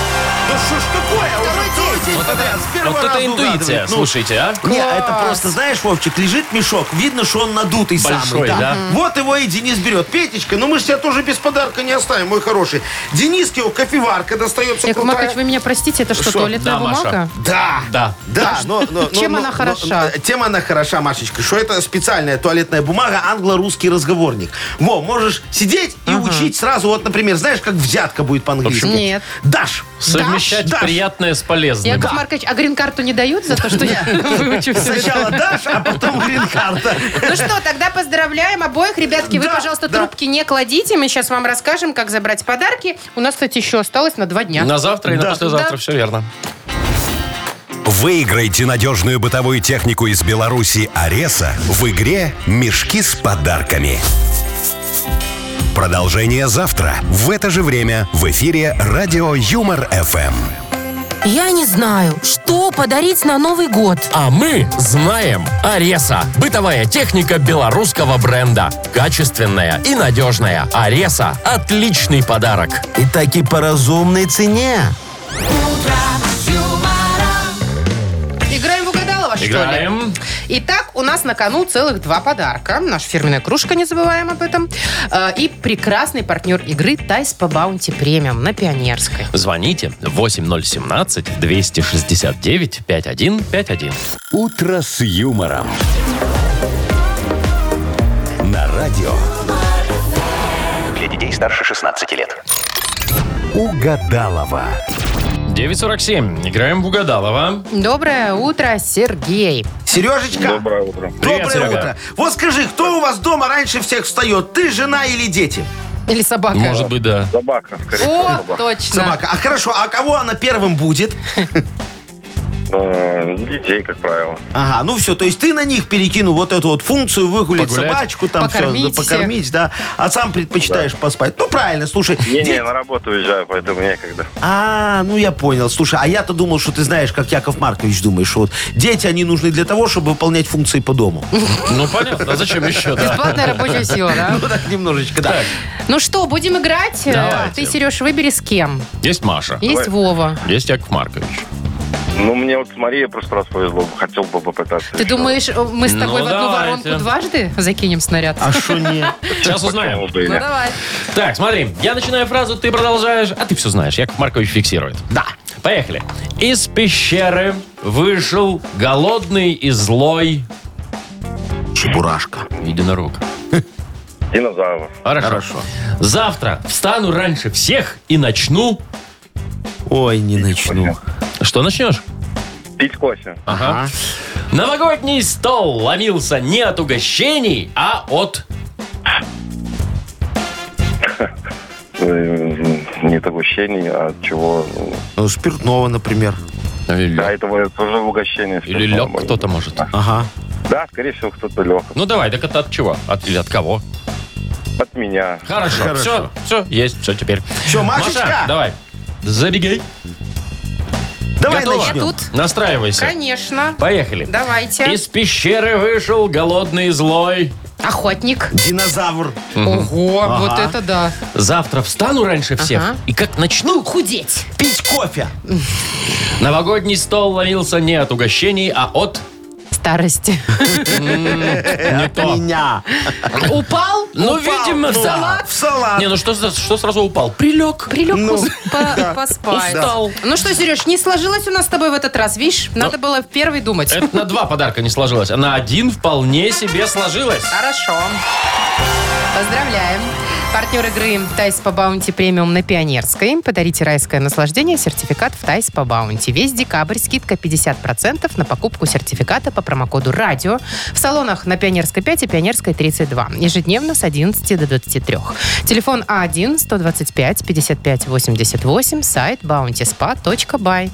S4: Да что ж такое?
S3: Второй
S4: Уже
S3: день.
S4: третий подряд, с первого
S2: Вот это
S4: раза
S2: интуиция,
S4: угадывает. Ну,
S2: слушайте, а?
S4: Не, это просто, знаешь, Вовчик, лежит мешок, видно, что он надутый
S2: Большой,
S4: самый.
S2: да?
S4: Вот его и Денис берет. Петечка, ну мы же тебя тоже без подарка не оставим, мой хороший. Дениске его кофеварка достается
S3: Яков
S4: крутая.
S3: Маркович, вы меня простите, это что,
S4: Что?
S3: туалетная
S2: Да, Маша.
S3: бумага?
S4: Да,
S2: Да.
S4: да. но- но- но-
S3: Чем
S4: но-
S3: она
S4: но-
S3: хороша?
S4: э, тем она хороша, Машечка, что это специальная туалетная бумага, англо-русский разговорник. Во, можешь сидеть и учить сразу, вот, например, знаешь, как взятка будет по-английски?
S3: общем, Нет.
S4: Дашь.
S2: Совмещать
S4: дашь.
S2: приятное с полезным.
S3: Яков Маркович, а грин-карту не дают за то, что я выучу все это?
S4: Сначала дашь, а потом грин-карта.
S3: Ну что, тогда поздравляем обоих. Ребятки, вы,
S4: Да,
S3: пожалуйста,
S4: да.
S3: трубки не кладите. Мы сейчас вам расскажем, как забрать подарки. У нас, кстати, еще осталось на два дня.
S2: На завтра и на послезавтра,
S3: Да.
S2: все верно.
S1: Выиграйте надежную бытовую технику из Беларуси «Ареса» в игре «Мешки с подарками». Продолжение завтра в это же время в эфире радио «Юмор-ФМ».
S9: Я не знаю, что подарить на Новый год.
S10: А мы знаем Ареса. Бытовая техника белорусского бренда. Качественная и надежная. Ареса – отличный подарок.
S4: И таки по разумной цене.
S3: Играем в угадалово, что ли?
S2: Играем.
S3: Итак, у нас на кону целых два подарка. Наша фирменная кружка, не забываем об этом. Э, И прекрасный партнер игры Тайс по Баунти Премиум на Пионерской.
S2: Звоните 8017-269-5151.
S1: «Утро с юмором». На радио
S5: Для детей старше 16 лет.
S1: «Угадалова».
S2: 947. Играем в угадалово.
S3: Доброе утро, Сергей.
S4: Сережечка.
S6: Доброе утро.
S4: Доброе
S2: Привет, Серега.
S4: утро. Вот скажи, кто у вас дома раньше всех встает? Ты, жена или дети?
S3: Или собака.
S2: Может быть, да.
S6: Собака, скорее всего,
S3: О,
S6: собака.
S3: точно.
S4: Собака. А хорошо, а кого она первым будет?
S11: Э, Детей, как правило.
S4: Ага, ну все, то есть ты на них перекинул вот эту вот функцию, выгулить
S11: Погулять.
S4: собачку, там все,
S11: Покормить всех.
S4: покормить, да, а сам предпочитаешь поспать. Ну правильно, слушай.
S11: Не-не,
S4: дети-
S11: на работу уезжаю, поэтому некогда.
S4: А, ну я понял. Слушай, а я-то думал, что ты знаешь, как Яков Маркович думаешь, что вот дети, они нужны для того, чтобы выполнять функции по дому.
S2: Ну, понятно, а зачем еще? да?
S3: Бесплатная рабочая сила, да?
S4: Ну так немножечко, да.
S3: Ну что, будем играть? Э,
S2: Давайте.
S3: Ты, Сереж, выбери с кем.
S2: Есть Маша.
S3: Есть Вова.
S2: Есть Яков Маркович.
S11: Ну, мне вот с Марией просто раз повезло. Хотел бы попытаться.
S3: Ты думаешь, э, мы с
S11: Ну,
S3: тобой в одну
S11: давайте.
S3: воронку дважды закинем снаряд?
S4: А что нет?
S2: Сейчас узнаем.
S3: Ну давай.
S2: Так, смотри, я начинаю фразу, ты продолжаешь, а ты все знаешь. Яков Маркович фиксирует. Да. Поехали. Из пещеры вышел голодный и злой...
S4: Чебурашка.
S2: Единорог.
S11: Динозавр.
S2: Хорошо. Завтра встану раньше всех и начну...
S4: Ой, не начну.
S2: Что начнешь?
S11: Пить кофе.
S2: Ага. Новогодний стол ломился не от угощений, а от...
S11: Э, Не от угощений, а от чего...
S4: Ну, спиртного, например.
S11: Да, это вот тоже угощение.
S2: Или лег кто-то, может.
S4: Ага.
S11: Да, скорее всего, кто-то лег.
S2: Ну давай, так это от чего? От, или от кого?
S11: От меня.
S2: Хорошо,
S11: Хорошо.
S2: все, все, есть, все теперь.
S4: Всё, Машечка!
S2: Маша, давай, забегай.
S4: Давай
S2: Готова?
S3: начнем. Я тут.
S2: Настраивайся.
S3: Конечно.
S2: Поехали.
S3: Давайте.
S2: Из пещеры вышел голодный и злой.
S3: Охотник.
S4: Динозавр.
S3: Ого,
S2: Ага.
S3: вот это да.
S2: Завтра встану раньше всех
S3: Ага. Ну,
S2: и как начну
S3: Худеть.
S4: пить кофе.
S2: Новогодний стол ловился не от угощений, а от...
S3: Старости.
S2: Не то.
S4: Меня.
S3: Упал?
S2: Ну,
S3: Упал.
S2: видимо,
S3: В
S2: да.
S3: салат?
S4: В салат.
S2: Не, ну что, за- что сразу упал? Прилег.
S3: Прилег
S4: Ну,
S3: пос- по-
S4: да.
S3: поспать.
S2: Устал.
S3: Ну что, Сереж, не сложилось у нас с тобой в этот раз, видишь? Надо было в первый думать.
S2: Это на два подарка не сложилось, а на один вполне себе сложилось.
S3: Хорошо. Поздравляем. Партнер игры «Тайс по баунти премиум» на Пионерской. Подарите райское наслаждение, сертификат в «Тайс по баунти». Весь декабрь скидка 50% на покупку сертификата по промокоду «Радио» в салонах на Пионерской 5 и Пионерской 32. Ежедневно с 11 до 23. Телефон А1-125-55-88, сайт bountyspa.by.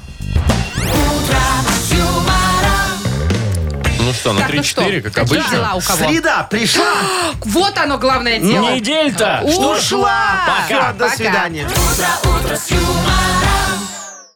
S2: Ну что, на
S3: Так, ну что,
S2: 3-4, как
S3: какие
S2: обычно.
S3: дела у кого?
S4: Среда пришла,
S3: Вот оно главное дело.
S2: Недель-то!
S3: Ушла!
S2: Пока.
S4: Всё, до свидания.
S9: Утро, утро с юмором.